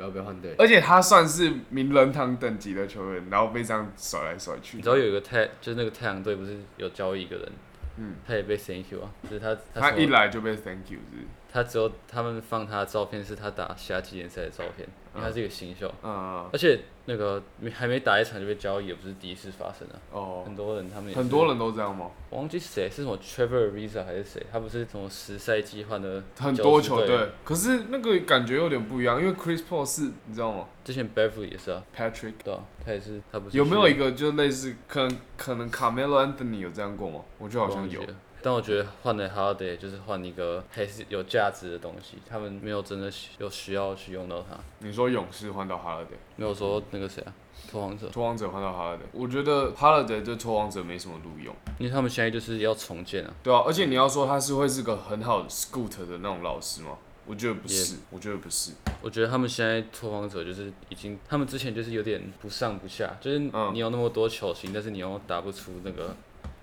Speaker 1: 要不要换队？
Speaker 2: 而且他算是名人堂等级的球员，然后被这样甩来甩去
Speaker 3: 你知。道有一个太就是那个太阳队不是有交易一个人，
Speaker 2: 嗯，
Speaker 3: 他也被 Thank you 啊，就是他
Speaker 2: 他
Speaker 3: 什么
Speaker 2: 一来就被 Thank you 是不是，
Speaker 3: 他只有他们放他的照片是他打夏季联赛的照片，因为他是一个新秀，
Speaker 2: 嗯，
Speaker 3: 而且那个没还没打一场就被交易，也不是第一次发生啊。
Speaker 2: 哦，
Speaker 3: 很多人他们也是
Speaker 2: 很多，人都这样吗？
Speaker 3: 我忘记谁是什么 Trevor Ariza 还是谁，他不是什么十赛季换的
Speaker 2: 很多
Speaker 3: 90
Speaker 2: 球队，可是那个感觉有点不一样，因为 Chris Paul 是你知道吗
Speaker 3: 之前 Beverly 也是啊，
Speaker 2: ？Patrick
Speaker 3: 对啊，他也是他不是
Speaker 2: 有没有
Speaker 3: 去
Speaker 2: 一个就类似可能可能 Carmelo Anthony 有这样过吗？我觉得好像有
Speaker 3: 忘记。了。但我觉得换了 Holiday 就是换一个还是有价值的东西，他们没有真的需有需要去用到它，
Speaker 2: 你说勇士换到 Holiday，
Speaker 3: 没有说那个谁啊，拓荒者，
Speaker 2: 拓荒者换到 Holiday，我觉得 Holiday 对拓荒者没什么录用。
Speaker 3: 因为他们现在就是要重建啊，
Speaker 2: 对啊，而且你要说他是会是个很好的 scoot 的那种老师吗？我觉得不是我觉得不是。
Speaker 3: 我觉得他们现在拓荒者就是已经，他们之前就是有点不上不下，就是
Speaker 2: 嗯
Speaker 3: 你有那么多球星，但是你又打不出那个，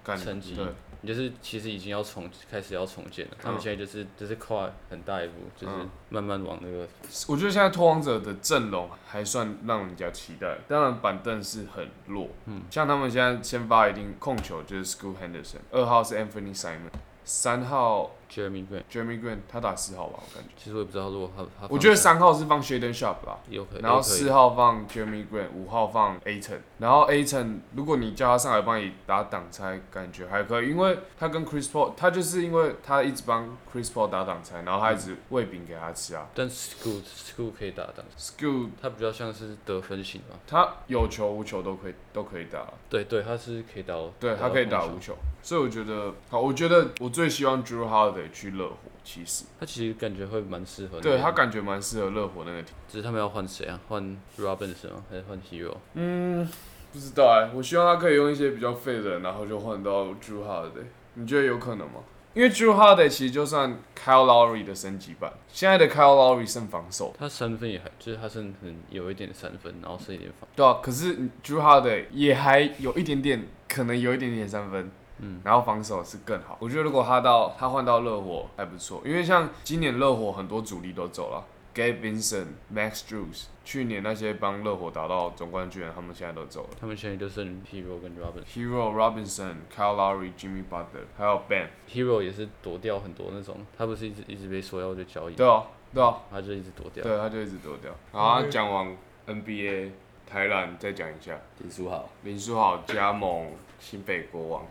Speaker 2: 干
Speaker 3: 成绩
Speaker 2: 对，
Speaker 3: 你就是其实已经要重开始要重建了，他们现在就是就是跨很大一步，就是
Speaker 2: 嗯
Speaker 3: 慢慢往那个
Speaker 2: 我觉得现在拓荒者的阵容还算让人家期待，当然板凳是很弱，嗯，像他们现在先发一定控球就是 School Henderson，二号是 Anthony Simon。三号
Speaker 3: Jeremy Grant。
Speaker 2: Jeremy Grant 他打四号吧，我感觉。
Speaker 3: 其实我也不知道，如果他他
Speaker 2: 我觉得
Speaker 3: 上
Speaker 2: 三号是放 Shaden Sharp 啦，
Speaker 3: 有可能，
Speaker 2: 然后
Speaker 3: 有可以
Speaker 2: 四号放 Jeremy Grant，五号放 A t o n 然后 A t o n 如果你叫他上来帮你打挡拆，感觉还可以，因为他跟 Chris Paul，他就是因为他一直帮 Chris Paul 打挡拆，然后他一直喂饼给他吃啊。
Speaker 3: 但 School School 可以打挡，
Speaker 2: Scoot
Speaker 3: 他比较像是得分型嘛。
Speaker 2: 他有球无球都可以都可以打，
Speaker 3: 对对，他是可以打到，
Speaker 2: 对他可以打
Speaker 3: 控
Speaker 2: 无
Speaker 3: 球。
Speaker 2: 球，所以我觉得好，我觉得我最希望 Drew Holiday 去热火，其实
Speaker 3: 他其实感觉会蛮适合那边。
Speaker 2: 对他感觉蛮适合热火那个体。
Speaker 3: 只是他们要换谁啊？换 Robinson 啊吗？还是换 Hero？
Speaker 2: 不知道哎、我希望他可以用一些比较废的人，然后就换到 Drew Holiday，你觉得有可能吗？因为 Drew Holiday 其实就算 Kyle Lowry 的升级版，现在的 Kyle Lowry 剩防守，
Speaker 3: 他三分也还，就是他甚至有一点三分，然后剩一点防。
Speaker 2: 对啊，可是 Drew Holiday 也还有一点点，可能有一点点三分，嗯，然后防守是更好。我觉得如果他到他换到热火还不错，因为像今年热火很多主力都走了，Gabe Vincent、Max Drews，去年那些帮热火打到总冠军的，他们现在都走了。
Speaker 3: 他们现在就剩 Hero 跟 Robinson。
Speaker 2: Hero Robinson、Kyle Lowry、Jimmy Butler，还有 Ben。
Speaker 3: Hero 也是躲掉很多那种，他不是一直一直被说要去交易，
Speaker 2: 对哦，对哦，
Speaker 3: 他就一直躲掉。
Speaker 2: 对，他就一直躲掉。然后他讲完 NBA，台篮再讲一下，
Speaker 1: 林书豪，
Speaker 2: 林书豪加盟新北国王，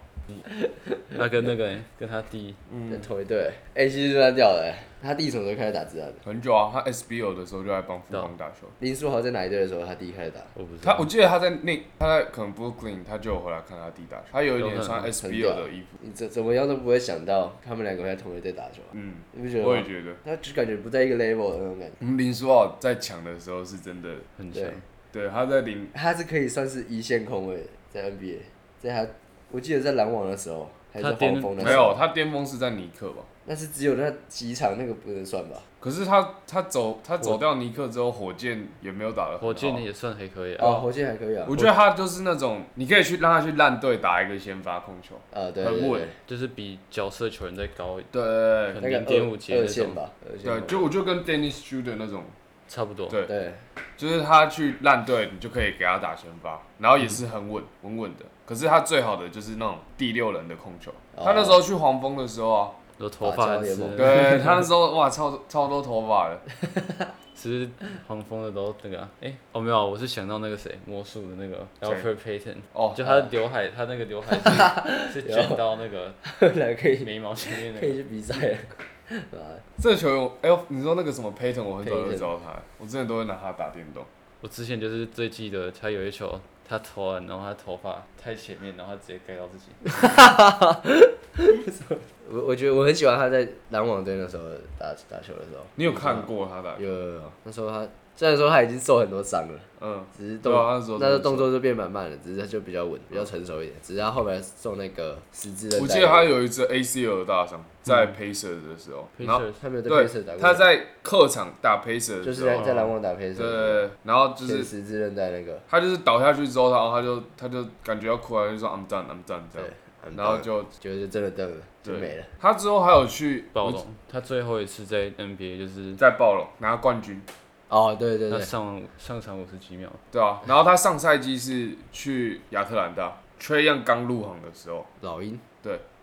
Speaker 3: 他跟那个欸跟他弟
Speaker 1: 嗯，同一队，哎、其实就他掉了、欸他弟什么时候开始打职篮的？
Speaker 2: 很久啊，他 SBO 的时候就在帮富
Speaker 3: 啊
Speaker 2: 邦打球。
Speaker 1: 林书豪在哪一队的时候，他弟开始打？
Speaker 3: 我不知
Speaker 2: 他我
Speaker 3: 道，
Speaker 2: 记得他在那他在可能 Brooklyn，他就有回来看他弟打球。他有一年穿
Speaker 3: 有
Speaker 2: SBO 的衣服，
Speaker 1: 你怎怎么样都不会想到他们两个会在同一队打球啊，
Speaker 2: 嗯，
Speaker 1: 你不觉
Speaker 2: 我
Speaker 1: 得
Speaker 2: 也
Speaker 1: 吗？
Speaker 2: 觉得。
Speaker 1: 他就感觉不在一个 level 的那种感觉。
Speaker 2: 嗯，林书豪在抢的时候嗯是真的，
Speaker 3: 很强
Speaker 1: 对。，
Speaker 2: 对，他在零
Speaker 1: 他是可以算是一线控卫，在 NBA，在他我记得在篮网的时候还是
Speaker 3: 他巅
Speaker 1: 黄蜂的
Speaker 2: 没
Speaker 1: 时候，
Speaker 2: 有，他巅峰是在尼克吧？
Speaker 1: 但是只有那几场那个不能算吧？
Speaker 2: 可是他他走他走掉尼克之后，火箭也没有打得很好
Speaker 3: 火箭也算还可以啊。
Speaker 1: 哦，火箭还可以啊，
Speaker 2: 我觉得他就是那种你可以去让他去烂队打一个先发控球，
Speaker 1: 啊对
Speaker 2: 很
Speaker 1: 对
Speaker 2: 稳
Speaker 1: 对，
Speaker 3: 就是比角色球员再高一点，
Speaker 2: 对对
Speaker 3: 可
Speaker 2: 对
Speaker 3: 能
Speaker 1: 那
Speaker 3: 零
Speaker 1: 个
Speaker 3: 点五节
Speaker 1: 二
Speaker 3: 那
Speaker 1: 二线
Speaker 3: 种，
Speaker 1: 吧，二线
Speaker 2: 对，
Speaker 1: 控
Speaker 2: 就我就跟 Dennis Schroder 那种，
Speaker 3: 差不多。
Speaker 2: 对，
Speaker 1: 对，
Speaker 2: 就是他去烂队，你就可以给他打先发，然后也是很稳稳稳的。可是他最好的就是那种第六人的控球，
Speaker 1: 哦
Speaker 2: 他那时候去黄蜂的时候啊，
Speaker 3: 有头发还
Speaker 1: 打架
Speaker 3: 是
Speaker 1: 联盟
Speaker 2: 对他那时候哇超超多头发的，
Speaker 3: 其实黄蜂的都那个啊，哎、哦没有啊，我是想到那个谁，魔术的那个
Speaker 2: 谁
Speaker 3: Alfred Payton，
Speaker 2: 哦
Speaker 3: 就他的刘海，他那个刘海是 是卷到那个
Speaker 1: 来可以
Speaker 3: 眉毛前面那
Speaker 1: 可以
Speaker 3: 个，
Speaker 1: 去比赛了，啊，
Speaker 2: 这个球员我，哎、呦，你说那个什么 Payton，我很早就知道他，我之前都会拿他打电动。
Speaker 3: 我之前就是最记得他有一球，他投篮，然后他头发太前面，然后他直接盖到自己，
Speaker 1: 我我觉得我很喜欢他在篮网队那时候打打球的时候，
Speaker 2: 你有看过他打？
Speaker 1: 有有有，那时候他虽然说他已经受很多伤了。
Speaker 2: 嗯，
Speaker 1: 只是
Speaker 2: 对
Speaker 1: 动、
Speaker 2: 啊，那时候
Speaker 1: 那时候
Speaker 2: 真的是
Speaker 1: 动作就变蛮慢了，只是他就比较稳，比较成熟一点。只是他后来受那个十字韧带，
Speaker 2: 我记得他有一只 ACL 的大伤，在 Pacers 的时候，然后
Speaker 3: Pacers
Speaker 1: 他没有在 p a c 打
Speaker 2: 对，
Speaker 1: 过，
Speaker 2: 他在客场打 Pacers
Speaker 1: 就
Speaker 2: 的
Speaker 1: 是
Speaker 2: 时
Speaker 1: 在
Speaker 2: 候，
Speaker 1: 在篮网打 p a
Speaker 2: 对
Speaker 1: c
Speaker 2: 对，对然后就是
Speaker 1: 十字韧带那个，
Speaker 2: 他就是倒下去之后，然后他就他就感觉要哭了，就说 I'm done I'm done 这
Speaker 1: 对
Speaker 2: 样，，
Speaker 1: 很
Speaker 2: 然后
Speaker 1: 棒
Speaker 2: 就
Speaker 1: 就就真的蹬了，就
Speaker 2: 对
Speaker 1: 没了。
Speaker 2: 他之后还有去
Speaker 3: 暴龙。他最后一次在 NBA 就是
Speaker 2: 在暴龙拿冠军，
Speaker 1: 哦，对对
Speaker 3: 他
Speaker 1: 对，
Speaker 3: 上上场五十几秒，
Speaker 2: 对啊，然后他上赛季是去亚特兰大 t r e y o n 刚入行的时候，
Speaker 1: 老鹰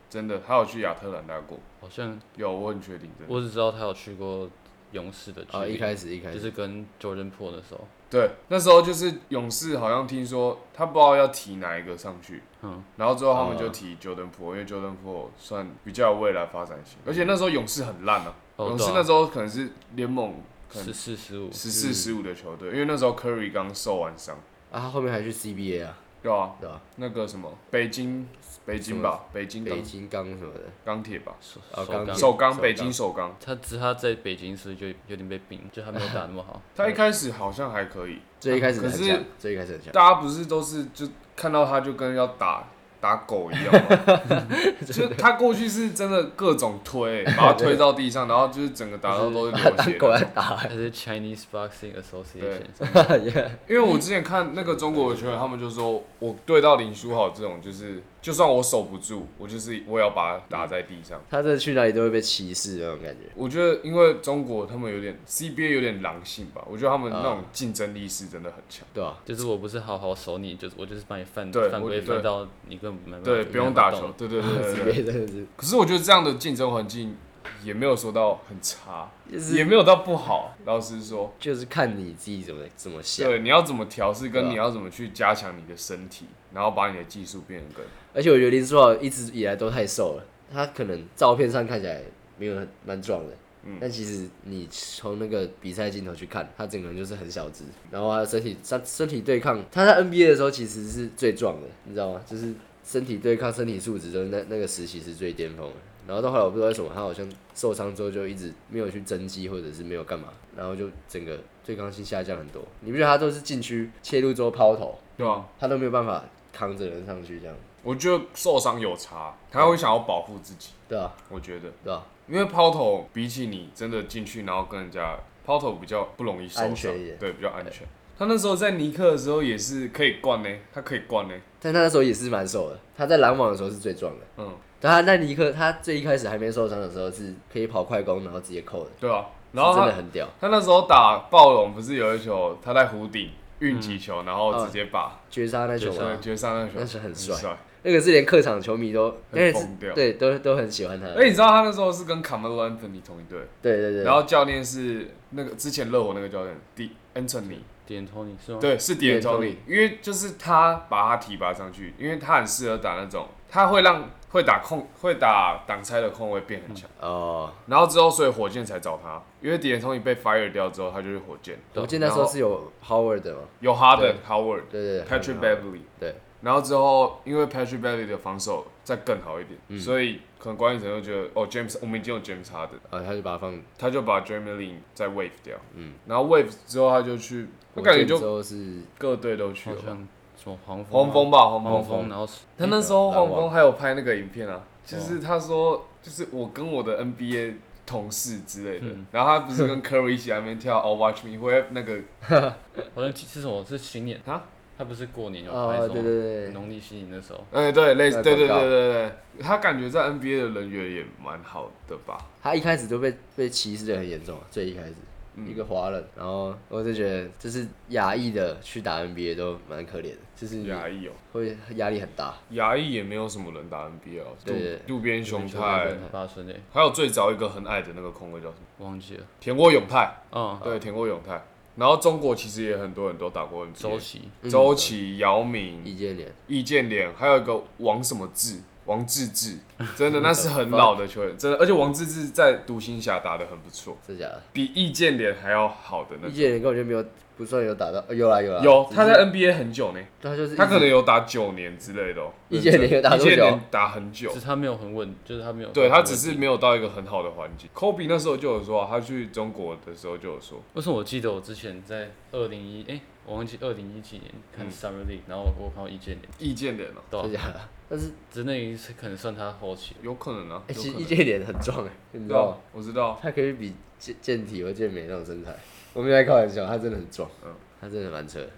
Speaker 2: 真的他有去亚特兰大过，
Speaker 3: 好像
Speaker 2: 有我很确定真的，
Speaker 3: 我只知道他有去过勇士的
Speaker 1: 哦，一
Speaker 3: 局，
Speaker 1: 开始一开
Speaker 3: 就
Speaker 1: 始，
Speaker 3: 是跟 Jordan p o o l 的时候，
Speaker 2: 对，那时候就是勇士好像听说他不知道要提哪一个上去，
Speaker 3: 嗯，
Speaker 2: 然后之后他们就
Speaker 1: 哦
Speaker 2: 提 Jordan p o o l 因为 Jordan p o o l 算比较有未来发展性，而且那时候勇士很烂啊，
Speaker 3: 哦
Speaker 2: 勇
Speaker 3: 对
Speaker 2: 士
Speaker 3: 啊
Speaker 2: 那时候可能是联盟可能
Speaker 3: 十四十五，
Speaker 2: 十四十五的球队，因为那时候 Curry 刚受完伤，
Speaker 1: 啊，他后面还去 CBA 啊，
Speaker 2: 对啊，
Speaker 1: 对吧？
Speaker 2: 那个什么北京北京吧，北京
Speaker 1: 北
Speaker 2: 钢
Speaker 1: 京钢什么的，
Speaker 2: 钢铁吧，
Speaker 3: 手
Speaker 1: 哦
Speaker 3: 手
Speaker 1: 钢
Speaker 3: 感
Speaker 1: 铁
Speaker 2: 首钢
Speaker 1: 首钢
Speaker 2: 北京首钢，。
Speaker 3: 他只他在北京是不是就有点被冰，就他没有打那么好
Speaker 2: 他一开始好像还可以，
Speaker 1: 最一开始
Speaker 2: 可
Speaker 1: 很
Speaker 2: 是
Speaker 1: 强，最一开始很强，
Speaker 2: 大家不是都是就看到他就跟要打。打狗一样嘛， 就是他过去是真的各种推，把他推到地上，然后就是整个打到都是 流血
Speaker 1: 过
Speaker 2: 的。
Speaker 1: 来打，
Speaker 3: 他是 Chinese Boxing Association，
Speaker 1: 耶
Speaker 2: 因为我之前看那个中国的球员，他们就说我对到林书豪这种，就是就算我守不住，我就是我也要把它打在地上。
Speaker 1: 他这去哪里都会被歧视那种感觉。
Speaker 2: 我觉得，因为中国他们有点 CBA 有点狼性吧，我觉得他们那种竞争力是真的很强。
Speaker 1: 对啊，
Speaker 3: 就是我不是好好守你，就是我就是把你犯
Speaker 2: 对
Speaker 3: 犯
Speaker 2: 我
Speaker 3: 规
Speaker 2: 对
Speaker 3: 犯到你根本没办法，
Speaker 2: 对，
Speaker 3: 没
Speaker 2: 不用打
Speaker 3: 办法
Speaker 2: 球
Speaker 3: 动。，
Speaker 2: 对对对对对对
Speaker 1: 别真的是，
Speaker 2: 可是我觉得这样的竞争环境也没有说到很差，
Speaker 1: 就是
Speaker 2: 也没有到不好。老实说，
Speaker 1: 就是看你自己怎么怎么想。
Speaker 2: 对，你要怎么调
Speaker 1: 对
Speaker 2: 试，跟
Speaker 1: 啊
Speaker 2: 你要怎么去加强你的身体，然后把你的技术变得更好。
Speaker 1: 而且我觉得林书豪一直以来都太瘦了，他可能照片上看起来没有很蛮壮的，但其实你从那个比赛镜头去看，他整个人就是很小只，然后他的身体他身体对抗，他在 NBA 的时候其实是最壮的，你知道吗？就是身体对抗、身体素质，就是那那个时期是最巅峰的。然后到后来我不知道为什么，他好像受伤之后就一直没有去增肌，或者是没有干嘛，然后就整个对抗性下降很多。你不觉得他都是禁区切入之后抛投，
Speaker 2: 对啊，
Speaker 1: 他都没有办法扛着人上去这样？
Speaker 2: 我觉得受伤有差，他会想要保护自己。
Speaker 1: 对啊，
Speaker 2: 我觉得，
Speaker 1: 对吧？
Speaker 2: 因为抛投比起你真的进去，然后跟人家抛投比较不容易受
Speaker 1: 安
Speaker 2: 伤
Speaker 1: 全一点，
Speaker 2: 对，比较安全。他那时候在尼克的时候也是可以灌呢、他可以灌呢、
Speaker 1: 但他那时候也是蛮瘦的，他在篮网的时候是最壮的。
Speaker 2: 嗯，
Speaker 1: 但他那尼克，他最一开始还没受伤的时候是可以跑快攻，然后直接扣的，
Speaker 2: 对啊。然后
Speaker 1: 是真
Speaker 2: 他
Speaker 1: 的很屌，
Speaker 2: 他那时候打暴龙，不是有一球他在弧顶运几球，
Speaker 1: 嗯
Speaker 2: 然后直接把
Speaker 1: 绝杀那球
Speaker 3: 绝
Speaker 1: 嘛
Speaker 3: 杀，
Speaker 2: 对绝杀那球，
Speaker 1: 哦啊那是很帅
Speaker 2: 帅。
Speaker 1: 那个是连客场球迷都，那
Speaker 2: 很
Speaker 1: 个
Speaker 2: 疯掉
Speaker 1: 是对，都都很喜欢他。
Speaker 2: 哎，你知道他那时候是跟卡梅隆·安东尼同一队，
Speaker 1: 对对对，
Speaker 2: 然后教练是那个之前热火那个教练迪恩特尼，
Speaker 3: 点头你是吗？
Speaker 2: 对，是迪恩托尼，因为就是他把他提拔上去，因为他很适合打那种，他会让会打控会打挡拆的控卫变很强。
Speaker 1: 哦，
Speaker 2: 然后之后，所以火箭才找他，因为迪恩托尼被 fire 掉之后，他就去火箭，
Speaker 1: 我记得那时候是有 Howard 的嘛，
Speaker 2: 有 Harden、Howard、
Speaker 1: 对对对
Speaker 2: Patrick Beverly。
Speaker 1: 对，
Speaker 2: 然后之后，因为 Patrick Beverly 的防守再更好一点，所以可能管理层就觉得，哦，James，我们已经有 James Harden，
Speaker 1: 啊，他就把他放
Speaker 2: 他就把 Jeremy Lin 再 wave 掉。嗯，然后 wave 之后，他就去，我
Speaker 1: 火
Speaker 2: 感觉
Speaker 1: 箭之
Speaker 2: 就
Speaker 1: 后是
Speaker 2: 各队都去
Speaker 3: 好
Speaker 2: 了。
Speaker 3: 像啊什么黄蜂啊、
Speaker 2: 黄蜂吧，黄
Speaker 3: 黄
Speaker 2: 蜂。
Speaker 3: 蜂，然后
Speaker 2: 他那时候黄蜂还有拍那个影片啊，就是他说，就是我跟我的 NBA 同事之类的，然后他不是跟 Curry 一起在那边跳 All Watch Me，会那个
Speaker 3: 好像是什么是新年
Speaker 2: 啊？
Speaker 3: 他不是过年有拍
Speaker 1: 哦，
Speaker 3: 什
Speaker 1: 对
Speaker 3: 么
Speaker 1: 对对，
Speaker 3: 农历新年的时候，
Speaker 2: 哎、对，类似，
Speaker 1: 那个
Speaker 2: 对对对
Speaker 1: 广告
Speaker 2: 对对，对他感觉在 NBA 的人缘也蛮好的吧？
Speaker 1: 他一开始就被被歧视的很严重啊，最一开始。
Speaker 2: 嗯
Speaker 1: 一个华人，然后我就觉得，就是亚裔的去打 NBA 都蛮可怜的，就是你
Speaker 2: 牙医哦，
Speaker 1: 会压力很大。
Speaker 2: 牙医也没有什么人打 NBA 哦，
Speaker 1: 对对
Speaker 2: 渡渡边雄太，
Speaker 3: 跟八村诶，
Speaker 2: 还有最早一个很矮的那个空位叫什么？
Speaker 3: 忘记了，
Speaker 2: 田沃永泰，
Speaker 3: 嗯，
Speaker 2: 对，田沃永泰。然后中国其实也很多人都打过 NBA，
Speaker 3: 周琦，
Speaker 2: 周琦、姚明、
Speaker 1: 易建联，
Speaker 2: 易建联，还有一个王什么志，王治 郅，真的那是很老的球员，真的，而且王治郅在独行侠打得很不错，
Speaker 1: 真假的？
Speaker 2: 比易建联还要好的那
Speaker 1: 易
Speaker 2: 种。
Speaker 1: 建联根本就没有，不算有打到，呃有啦有啦，
Speaker 2: 有
Speaker 1: 只是
Speaker 2: 他在 NBA 很久呢，
Speaker 1: 他就是一直
Speaker 2: 他可能有打九年之类的、哦。
Speaker 1: 易建联有打
Speaker 2: 易
Speaker 1: 多久
Speaker 2: 建联打很久
Speaker 3: 只，是他没有很稳，就是他没有很稳定，
Speaker 2: 对他只是没有到一个很好的环境。科比那时候就有说啊，他去中国的时候就有说，
Speaker 3: 为什么我记得我之前在二零一哎，我忘记二零一几年
Speaker 2: 嗯
Speaker 3: 看 Summer League，然后我看到易建联，
Speaker 2: 易建联哦，
Speaker 3: 对啊
Speaker 1: 真，假的？但是
Speaker 3: 只那一次可能算他后期，
Speaker 2: 有可能啊，
Speaker 1: 哎，
Speaker 2: 有
Speaker 1: 其
Speaker 2: 可
Speaker 1: 实易
Speaker 2: 能。
Speaker 1: 建联很壮哎，你知
Speaker 2: 对
Speaker 1: 道
Speaker 2: 啊
Speaker 1: 吗？，
Speaker 2: 我知道，
Speaker 1: 他可以比健健体或健美那种身材，我没有在开玩笑，他真的很壮
Speaker 2: 嗯，
Speaker 1: 他真的蛮扯的，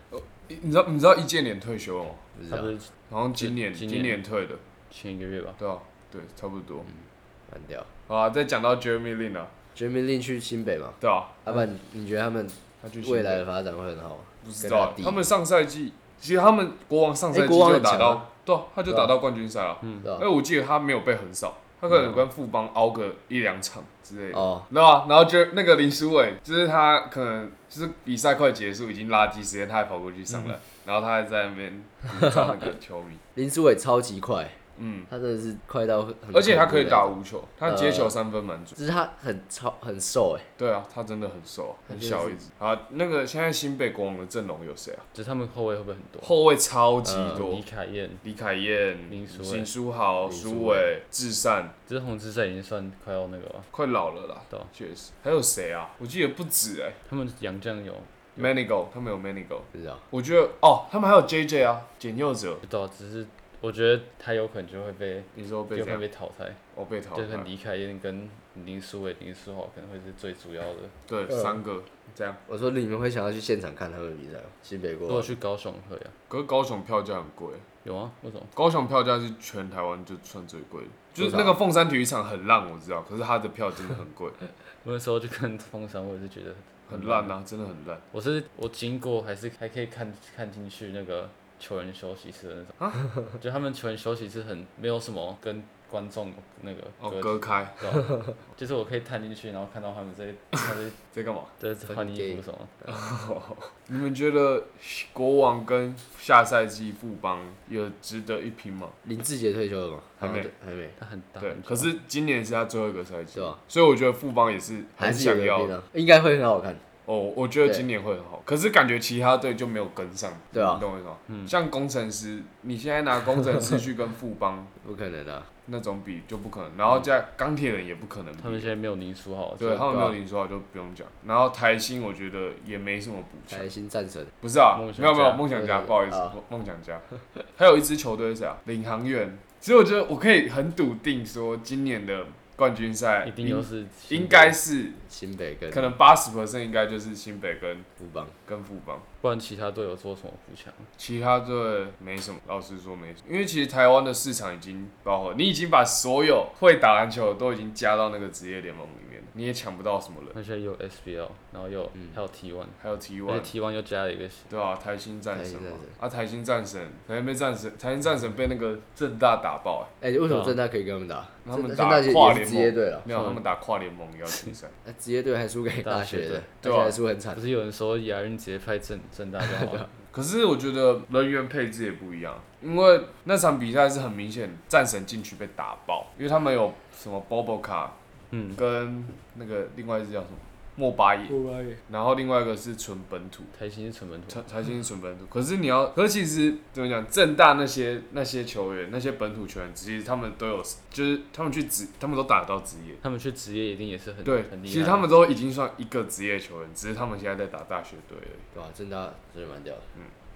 Speaker 2: 你你知道你知道易建联退休了吗？
Speaker 1: 不知
Speaker 3: 他
Speaker 1: 道
Speaker 3: 不是
Speaker 2: 好像今年
Speaker 3: 今
Speaker 2: 今
Speaker 3: 年
Speaker 2: 年退的，
Speaker 3: 前一个月吧，
Speaker 2: 对啊，对，差不多。
Speaker 1: 蛮屌。
Speaker 2: 好啊，再讲到 Jeremy Lin 啊，
Speaker 1: Jeremy Lin 去新北嘛，
Speaker 2: 对啊，
Speaker 1: 要不然你觉得他们
Speaker 2: 他去新
Speaker 1: 未来
Speaker 2: 北
Speaker 1: 的发展会很好吗？
Speaker 2: 不知
Speaker 1: 跟
Speaker 2: 道啊
Speaker 1: 他，弟
Speaker 2: 他们上赛季其实他们国王上赛
Speaker 1: 哎
Speaker 2: 季
Speaker 1: 国王
Speaker 2: 就
Speaker 1: 很
Speaker 2: 打
Speaker 1: 强
Speaker 2: 到，
Speaker 1: 啊
Speaker 2: 对啊，他就
Speaker 1: 对啊
Speaker 2: 打到冠军赛了。嗯，
Speaker 1: 对吧？
Speaker 2: 哎，我记得他没有被横扫，他可能跟富邦熬个一两场之类的。
Speaker 1: 嗯哦，
Speaker 2: 对啊，然后就那个林书伟，就是他可能就是比赛快结束，已经垃圾时间，他还跑过去上来，
Speaker 1: 嗯
Speaker 2: 然后他还在那边 鼓噪那个球迷，
Speaker 1: 林书伟超级快，
Speaker 2: 嗯，
Speaker 1: 他真的是快到很，
Speaker 2: 而且他可以打
Speaker 1: 很恐怖
Speaker 2: 无球，他接
Speaker 1: 嗯
Speaker 2: 球三分蛮准。
Speaker 1: 的，只是他很超很瘦哎，
Speaker 2: 对啊，他真的很瘦，很
Speaker 1: 他真的
Speaker 2: 小
Speaker 1: 是
Speaker 2: 一只。啊，那个现在新北国王的阵容有谁啊？
Speaker 3: 只是他们后卫会不会很多？
Speaker 2: 后卫超级多，
Speaker 3: 李凯燕，
Speaker 2: 嗯李凯燕、
Speaker 3: 林书伟
Speaker 2: 邢书豪、
Speaker 1: 林书伟
Speaker 2: 苏伟、志善，
Speaker 3: 只是红之赛已经算快要那个了，
Speaker 2: 快老了啦
Speaker 3: 对啊，
Speaker 2: 确实。还有谁啊？我记得不止哎、
Speaker 3: 他们杨将有
Speaker 2: Manigo 他们有 Manigo，
Speaker 1: 不知道。
Speaker 2: 我觉得哦，他们还有 JJ 啊，简佑哲
Speaker 3: 不，知道，只是我觉得他有可能就会被
Speaker 2: 你说被
Speaker 3: 就
Speaker 2: 这
Speaker 3: 会
Speaker 2: 样，
Speaker 3: 被淘汰，
Speaker 2: 哦被淘
Speaker 3: 就
Speaker 2: 汰
Speaker 3: 是，李凯燕跟林书伟、林书豪可能会是最主要的。
Speaker 2: 对，啊
Speaker 1: 嗯
Speaker 2: 三个这样。
Speaker 1: 我说你们会想要去现场看他们比赛吗？新北
Speaker 3: 如果
Speaker 1: 过，
Speaker 3: 去高雄会啊，
Speaker 2: 可是高雄票价很贵，
Speaker 3: 有啊，为什么？
Speaker 2: 高雄票价是全台湾就算最贵的，就是
Speaker 1: 多
Speaker 2: 那
Speaker 1: 少
Speaker 2: 个凤山体育场很烂，我知道，可是它的票真的很贵，
Speaker 3: 我那时候就跟风山，我也是觉得
Speaker 2: 很烂啊，真的很烂。
Speaker 3: 我是我经过还是还可以看看进去那个球员休息室的那
Speaker 2: 啊
Speaker 3: 种， 就他们球员休息室很没有什么跟观众那个
Speaker 2: 哦，
Speaker 3: 隔
Speaker 2: 隔开
Speaker 3: 知道吗就是我可以探进去，然后看到他们在 他们
Speaker 2: 在干嘛？
Speaker 3: 在在换衣服什么，
Speaker 2: 你们觉得国王跟下赛季富邦有值得一拼吗？
Speaker 1: 林志杰退休了吗？
Speaker 2: 还没
Speaker 1: 好像还没，
Speaker 3: 他很大
Speaker 2: 对
Speaker 3: 很，久
Speaker 2: 可是今年是他最后一个赛季
Speaker 1: 对吧，
Speaker 2: 所以我觉得富邦也是很
Speaker 1: 啊还是有
Speaker 2: 想要
Speaker 1: 人拼啊，应该会很好看。
Speaker 2: 哦，我觉得
Speaker 1: 对
Speaker 2: 今年会很好，可是感觉其他队就没有跟上，
Speaker 1: 对啊
Speaker 2: 你懂我意思吗？像工程师，你现在拿工程师去跟富邦
Speaker 1: 不可能啊，
Speaker 2: 那种比就不可能，然后加钢铁人也不可能比
Speaker 3: 他们现在没有凝出好，
Speaker 2: 对啊
Speaker 3: 就
Speaker 2: 他们没有林书豪就不用讲，然后台新我觉得也没什么补强，
Speaker 1: 台新战神，
Speaker 2: 不是啊
Speaker 3: 梦，想
Speaker 2: 没有没有
Speaker 3: 家
Speaker 2: 梦想家，
Speaker 1: 对
Speaker 2: 不好意思
Speaker 1: 啊，
Speaker 2: 梦梦想家，还有一支球队是啊，领航员。其实我觉得我可以很笃定说，今年的冠军赛
Speaker 3: 一定又
Speaker 2: 应
Speaker 3: 是
Speaker 2: 应该，是
Speaker 1: 新北跟
Speaker 2: 可能八十 percent 应该就是新北跟
Speaker 1: 富邦，
Speaker 2: 跟富邦，
Speaker 3: 不然其他队有做什么补强？
Speaker 2: 其他队没什么，老实说没什么，因为其实台湾的市场已经饱和，你已经把所有会打篮球的都已经加到那个职业联盟里面了，你也抢不到什么人，
Speaker 3: 那现在又有 SBL，然后又还嗯有 T1，
Speaker 2: 还有嗯 T
Speaker 3: 而且
Speaker 2: one。
Speaker 3: T1 又加了一个
Speaker 2: 对啊，台新战神
Speaker 1: 台新
Speaker 2: 嘛
Speaker 1: 战，
Speaker 2: 啊台新战神，台新被战神，台新战神被那个正大打爆、欸，
Speaker 1: 哎，为什
Speaker 3: 对啊
Speaker 1: 么正大可以跟他们打？
Speaker 2: 他们
Speaker 1: 正
Speaker 2: 打
Speaker 1: 正大
Speaker 2: 跨
Speaker 1: 也
Speaker 2: 联
Speaker 1: 是
Speaker 2: 盟
Speaker 1: 职业队了，
Speaker 2: 没有，他们打跨联盟也要出赛。
Speaker 1: 那职业队还输给
Speaker 3: 大
Speaker 1: 大
Speaker 3: 学
Speaker 1: 学的，而
Speaker 2: 对啊
Speaker 1: 且还输很惨
Speaker 3: 不。是有人说亚运直接派正正 大就好了，
Speaker 2: 可是我觉得人员配置也不一样，因为那场比赛是很明显战神禁区被打爆，因为他们有什么 Bobo 卡
Speaker 3: 嗯，
Speaker 2: 跟那个另外一只叫什么莫巴野，然后另外一个是纯本土。
Speaker 3: 台新是纯本土
Speaker 2: 才，才兴是纯本土，可是你要，可是其实怎么讲，正大那些那些球员，那些本土球员，其实他们都有，就是他们去职，他们都打得到职业，
Speaker 3: 他们去职业一定也是很
Speaker 2: 对，
Speaker 3: 很厉害的。
Speaker 2: 其实他们都已经算一个职业球员，只是他们现在在打大学队而已。
Speaker 1: 对吧？正大真的蛮屌的，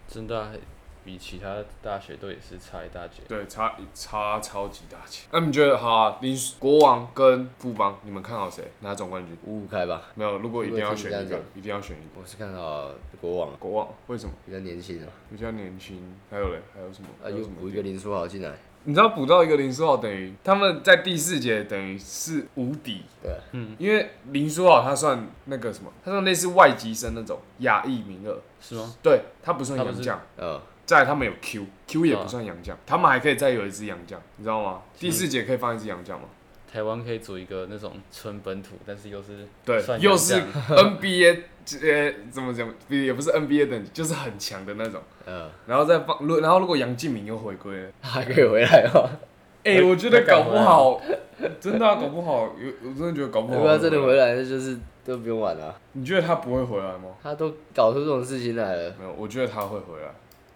Speaker 3: 正大还啊比其他大学队也是差一大截。
Speaker 2: 对，差差超级大钱。那你觉得好、啊，林国王跟富邦，你们看好谁拿总冠军？
Speaker 1: 五五开吧。
Speaker 2: 没有，如果一定要选一
Speaker 1: 如果
Speaker 2: 个
Speaker 1: 是，
Speaker 2: 一定要选一个。
Speaker 1: 我是看到国王啊
Speaker 2: 国王为什么
Speaker 1: 比较年轻啊，
Speaker 2: 比较年轻？还有嘞，还有什么？
Speaker 1: 啊
Speaker 2: 还有
Speaker 1: 又
Speaker 2: 什
Speaker 1: 补
Speaker 2: 么
Speaker 1: 一个林书豪进来，
Speaker 2: 你知道补到一个林书豪等于他们在第四节等于是无敌，
Speaker 1: 对，
Speaker 3: 嗯
Speaker 2: 因为林书豪他算那个什么，他算类似外籍生那种亚裔名额，
Speaker 3: 是吗？
Speaker 2: 对他不算
Speaker 3: 他不
Speaker 2: 洋
Speaker 3: 是
Speaker 2: 将，
Speaker 1: 呃，
Speaker 2: 再来他们有 Q，Q
Speaker 1: 嗯
Speaker 2: 也不算洋将，他们还可以再有一只洋将，你知道吗？第四节可以放一只洋将吗？
Speaker 3: 台湾可以组一个那种纯本土，但是又是
Speaker 2: 对
Speaker 3: 算，
Speaker 2: 又是
Speaker 3: 洋将
Speaker 2: NBA，呃，怎么讲，也也不是 NBA 等级，就是很强的那种。
Speaker 1: 呃，
Speaker 2: 然后再放，如然后如果杨敬敏又回归了，
Speaker 1: 还可以回来哦。
Speaker 2: 哎、
Speaker 3: 会
Speaker 2: 我觉得
Speaker 3: 会搞
Speaker 2: 搞
Speaker 3: 回
Speaker 2: 不
Speaker 3: 来
Speaker 2: 好，真的啊、搞不好，有我真的觉得搞不
Speaker 1: 如
Speaker 2: 好。
Speaker 1: 果他啊真的回，来，那就是都不用玩了。啊
Speaker 2: 你觉得他不会回来吗？
Speaker 1: 他都搞出这种事情来了，
Speaker 2: 没有，我觉得他会回来，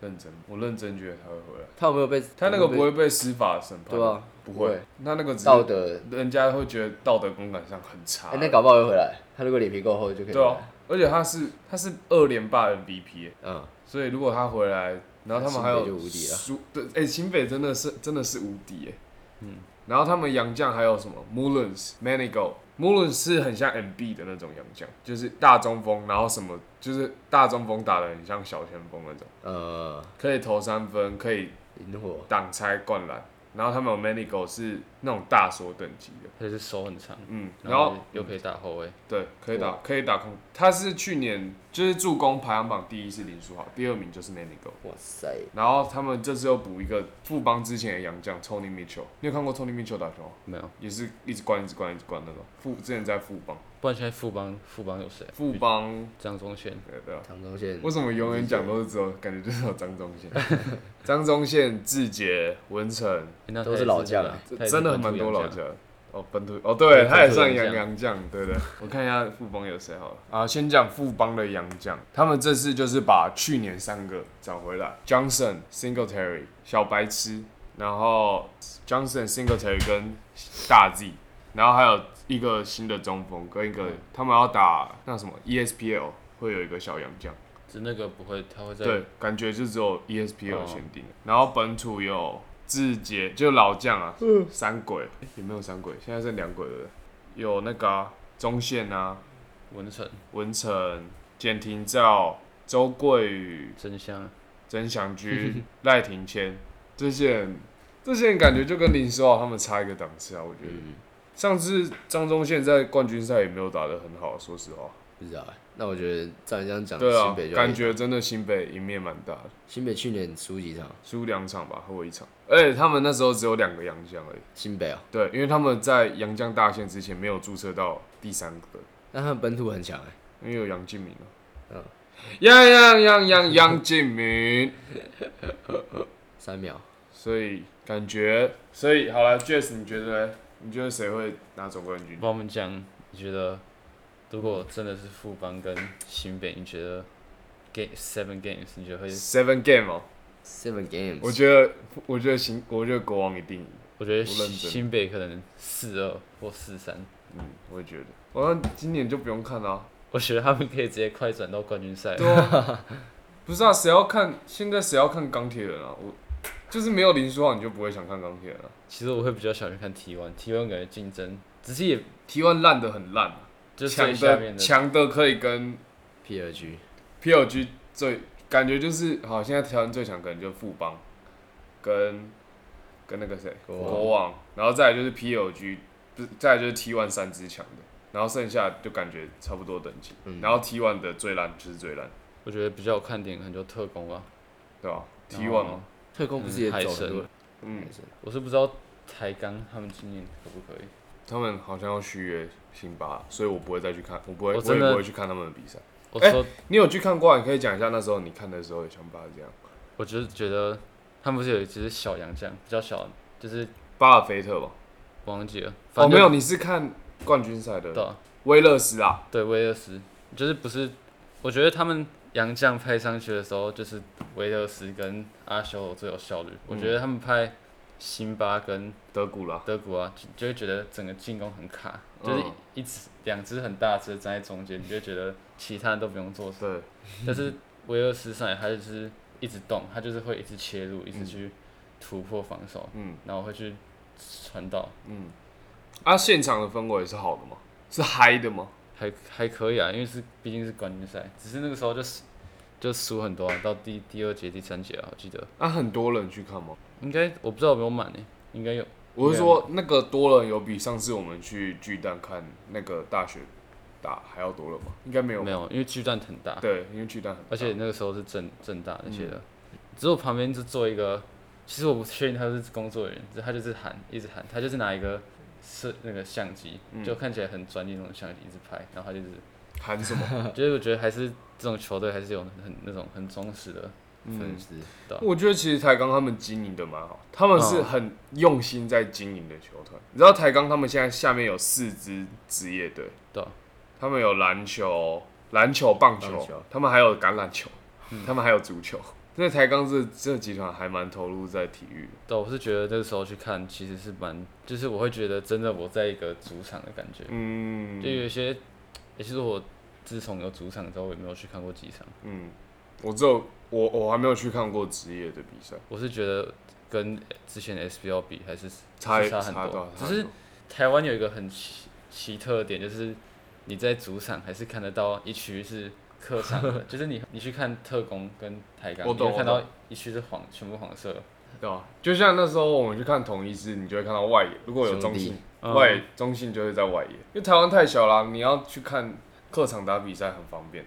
Speaker 2: 认真，我认真觉得他会回来。
Speaker 1: 他有没有被
Speaker 2: 他那个不
Speaker 1: 有没有
Speaker 2: 会被司法审判，
Speaker 1: 对啊
Speaker 2: 不
Speaker 1: 不
Speaker 2: 会
Speaker 1: 会，
Speaker 2: 他那个
Speaker 1: 被
Speaker 2: 只
Speaker 1: 道
Speaker 2: 是
Speaker 1: 德？
Speaker 2: 人家会觉得道德观感上很差。
Speaker 1: 哎，那搞不好会回来。他如果脸皮够厚就可以。
Speaker 2: 对啊，，而且他是他是二连霸 MVP，耶
Speaker 1: 嗯，
Speaker 2: 所以如果他回来，然后他们还有
Speaker 1: 新北就无敌了
Speaker 2: 输对，哎、新北真的是真的是无敌耶。嗯，然后他们洋将还有什么 Mullins、Manigo。Mullins 是很像 MB 的那种洋将，就是大中锋，然后什么就是大中锋打的很像小前锋那种，
Speaker 1: 呃，
Speaker 2: 可以投三分，可以
Speaker 1: 灵活，
Speaker 2: 挡拆灌篮。然后他们有 Manigo 是那种大锁等级的，
Speaker 3: 他就是手很长，
Speaker 2: 嗯，然
Speaker 3: 然
Speaker 2: 后嗯
Speaker 3: 后又可以打后卫，
Speaker 2: 对，可以打，可以打空。他是去年就是助攻排行榜第一是林书豪，第二名就是 Manigo。
Speaker 1: 哇塞，
Speaker 2: 然后他们这次又补一个富邦之前的洋将 Tony Mitchell，你有看过 Tony Mitchell 打球吗？
Speaker 3: 没有。
Speaker 2: 也是一直灌，一直灌，一直灌那种。富之前在富邦，
Speaker 3: 不然现在富邦富邦有谁？
Speaker 2: 富邦
Speaker 3: 张宗宪，
Speaker 2: 对对啊。
Speaker 1: 唐宗宪
Speaker 2: 为什么永远讲都是只有感觉就是有张宗宪、 张宗宪、志杰、文成，
Speaker 3: 诶那他
Speaker 1: 都是
Speaker 3: 也
Speaker 1: 老将
Speaker 3: 啊
Speaker 1: 啊，
Speaker 3: 他也是
Speaker 2: 真的
Speaker 3: 本土
Speaker 2: 蛮多老
Speaker 3: 洋将。
Speaker 2: 将。哦，本土哦，对，他也算
Speaker 3: 本土洋
Speaker 2: 洋
Speaker 3: 将
Speaker 2: 洋将，对不对？我看一下富邦有谁好了啊，先讲富邦的洋将，他们这次就是把去年三个找回来，Johnson、Singletary、小白痴，然后 Johnson、Singletary 跟大 Z，然后还有一个新的中锋跟一个他们要打那什么 E ESPL，会有一个小洋将。
Speaker 3: 只那个不会，他会在
Speaker 2: 对，感觉就只有 ESP 有
Speaker 3: 哦
Speaker 2: 选定，然后本土有志杰，就老将啊，三鬼、诶有没有三鬼？现在剩两鬼了，有那个啊、中线啊，
Speaker 3: 文成
Speaker 2: 文成、简廷照、周桂宇、
Speaker 3: 真香啊，
Speaker 2: 曾祥军、赖庭谦，这些人，这些人感觉就跟林书豪他们差一个档次啊，我觉得。
Speaker 1: 嗯，
Speaker 2: 上次张忠宪在冠军赛也没有打得很好，说实话。
Speaker 1: 不知道欸。那我觉得照你这样讲，
Speaker 2: 对
Speaker 1: 新
Speaker 2: 啊
Speaker 1: 北，就
Speaker 2: 感觉真的新北赢面蛮大的，
Speaker 1: 新北去年输几场？
Speaker 2: 输两场吧，和我一场。而且他们那时候只有两个洋将而已。
Speaker 1: 新北啊、
Speaker 2: 对，因为他们在洋将大限之前没有注册到第三个，
Speaker 1: 但他们本土很强哎、
Speaker 2: 因为有杨敬敏啊。
Speaker 1: 嗯
Speaker 2: 杨杨杨杨杨敬敏，
Speaker 1: 三秒。
Speaker 2: 所以感觉，所以好了，Jess，你觉得嘞？你觉得谁会拿总冠军？
Speaker 3: 帮我们讲，你觉得如果真的是富邦跟新北，你觉得 game seven games，你觉得会？
Speaker 2: Seven game 哦，
Speaker 1: Seven games，
Speaker 2: 我觉得，我觉得行，我觉得国王一定赢。
Speaker 3: 我觉得
Speaker 2: 我认真
Speaker 3: 新北可能四二或四三，
Speaker 2: 嗯，我也觉得，好像今年就不用看了啊、
Speaker 3: 我觉得他们可以直接快转到冠军赛。
Speaker 2: 对啊，不是啊，谁要看？现在谁要看钢铁人啊？我就是没有林书豪，你就不会想看钢铁人了、啊
Speaker 3: 其实我会比较想去看 T one，T one 感觉竞争，只是也
Speaker 2: T one 烂的很烂，
Speaker 3: 就是
Speaker 2: 强
Speaker 3: 最下
Speaker 2: 的
Speaker 3: 面的
Speaker 2: 强的可以跟
Speaker 1: P 二 G，
Speaker 2: PLG 最感觉就是好，现在台湾最强可能就是富邦跟跟那个谁
Speaker 1: 国王
Speaker 2: 国王，然后再来就是 PLG，不是再来就是 T one 三支强的，然后剩下就感觉差不多等级，
Speaker 1: 嗯
Speaker 2: 然后 T one 的最烂就是最烂，
Speaker 3: 我觉得比较有看点可能就特工吧。
Speaker 2: 对吧？T
Speaker 3: 然
Speaker 2: one
Speaker 3: 后
Speaker 2: 哦，
Speaker 1: 特工不是也
Speaker 3: 海
Speaker 1: 走很
Speaker 3: 神
Speaker 1: 多人？
Speaker 2: 嗯
Speaker 1: 海，神
Speaker 3: 我是不知道台钢他们今年可不可以。
Speaker 2: 他们好像要续约辛巴，所以我不会再去看，我不会，
Speaker 3: 我
Speaker 2: 我
Speaker 3: 真
Speaker 2: 也
Speaker 3: 的
Speaker 2: 不会去看他们的比赛。
Speaker 3: 我
Speaker 2: 哎
Speaker 3: 说，
Speaker 2: 你有去看过啊？你可以讲一下那时候你看的时候的想法是这样。
Speaker 3: 我就是觉得他们不是有一只小洋将，比较小，就是
Speaker 2: 巴尔菲特吧？
Speaker 3: 忘记了。
Speaker 2: 哦，
Speaker 3: 反正
Speaker 2: 没
Speaker 3: 就
Speaker 2: 有，你是看冠军赛的
Speaker 3: 对啊
Speaker 2: 威勒斯啊。
Speaker 3: 对威尔斯，就是不是？我觉得他们洋将派上去的时候，就是威尔斯跟阿修罗最有效率。我
Speaker 2: 嗯
Speaker 3: 觉得他们派辛巴跟
Speaker 2: 德古拉，
Speaker 3: 德国啊，就就会觉得整个进攻很卡，就是
Speaker 2: 嗯
Speaker 3: 一只两只很大只的站在中间，你就觉得其他人都不用做什么。
Speaker 2: 对，
Speaker 3: 但是威尔斯上来，他就是一直动，他就是会一直切入，一直去突破防守，
Speaker 2: 嗯
Speaker 3: 然后会去传导，
Speaker 2: 嗯，啊，现场的氛围是好的吗？是嗨的吗？
Speaker 3: 还还可以啊，因为是毕竟是冠军赛，只是那个时候就是就输很多啊，到第第二节、第三节啊，我记得
Speaker 2: 啊，很多人去看吗？
Speaker 3: 应该我不知道有没有满呢、应该有。
Speaker 2: 我是说那个多人有比上次我们去巨蛋看那个大学打还要多了吗？应该没有，
Speaker 3: 没
Speaker 2: 有。
Speaker 3: 有，因为巨蛋很大，
Speaker 2: 对，因为巨蛋很大，
Speaker 3: 而且那个时候是正正大那些的，只有旁边就坐一个，其实我不确定他是工作人员，只是他就是喊一直喊，他就是拿一个摄那个相机，就看起来很专业那种相机一直拍，然后他就是，
Speaker 2: 喊什么？
Speaker 3: 就是我觉得还是这种球队还是有很那种很忠实的，
Speaker 1: 粉丝，
Speaker 2: 我觉得其实台钢他们经营的蛮好，他们是很用心在经营的球团。你知道台钢他们现在下面有四支职业队，
Speaker 3: 对啊
Speaker 2: 他们有篮球、篮球、棒球，
Speaker 1: 棒球
Speaker 2: 他们还有橄榄球，
Speaker 3: 嗯
Speaker 2: 他们还有足球。那台钢这这集团还蛮投入在体育的，
Speaker 3: 对，啊我是觉得那个时候去看其实是蛮，就是我会觉得真的我在一个主场的感觉，
Speaker 2: 嗯
Speaker 3: 就有一些，也其实我自从有主场之后，我也没有去看过几场。
Speaker 2: 嗯，我只有我我还没有去看过职业的比赛，
Speaker 3: 我是觉得跟之前的 SBL 比还是
Speaker 2: 差
Speaker 3: 是差很
Speaker 2: 差
Speaker 3: 多
Speaker 2: 多，，
Speaker 3: 只
Speaker 2: 差很
Speaker 3: 是
Speaker 2: 多
Speaker 3: 台湾有一个很奇奇特的点，就是你在主场还是看得到一区是客场的， 就是你你去看特工跟台钢，
Speaker 2: 我
Speaker 3: 你
Speaker 2: 懂
Speaker 3: 会看
Speaker 2: 我
Speaker 3: 到
Speaker 2: 懂
Speaker 3: 一区是黄，全部黄色，
Speaker 2: 对啊，就像那时候我们去看同一师，你就会看到外野，如果有中信，
Speaker 3: 嗯
Speaker 2: 外中信就会在外野，因为台湾太小啦，你要去看客场打比赛很方便。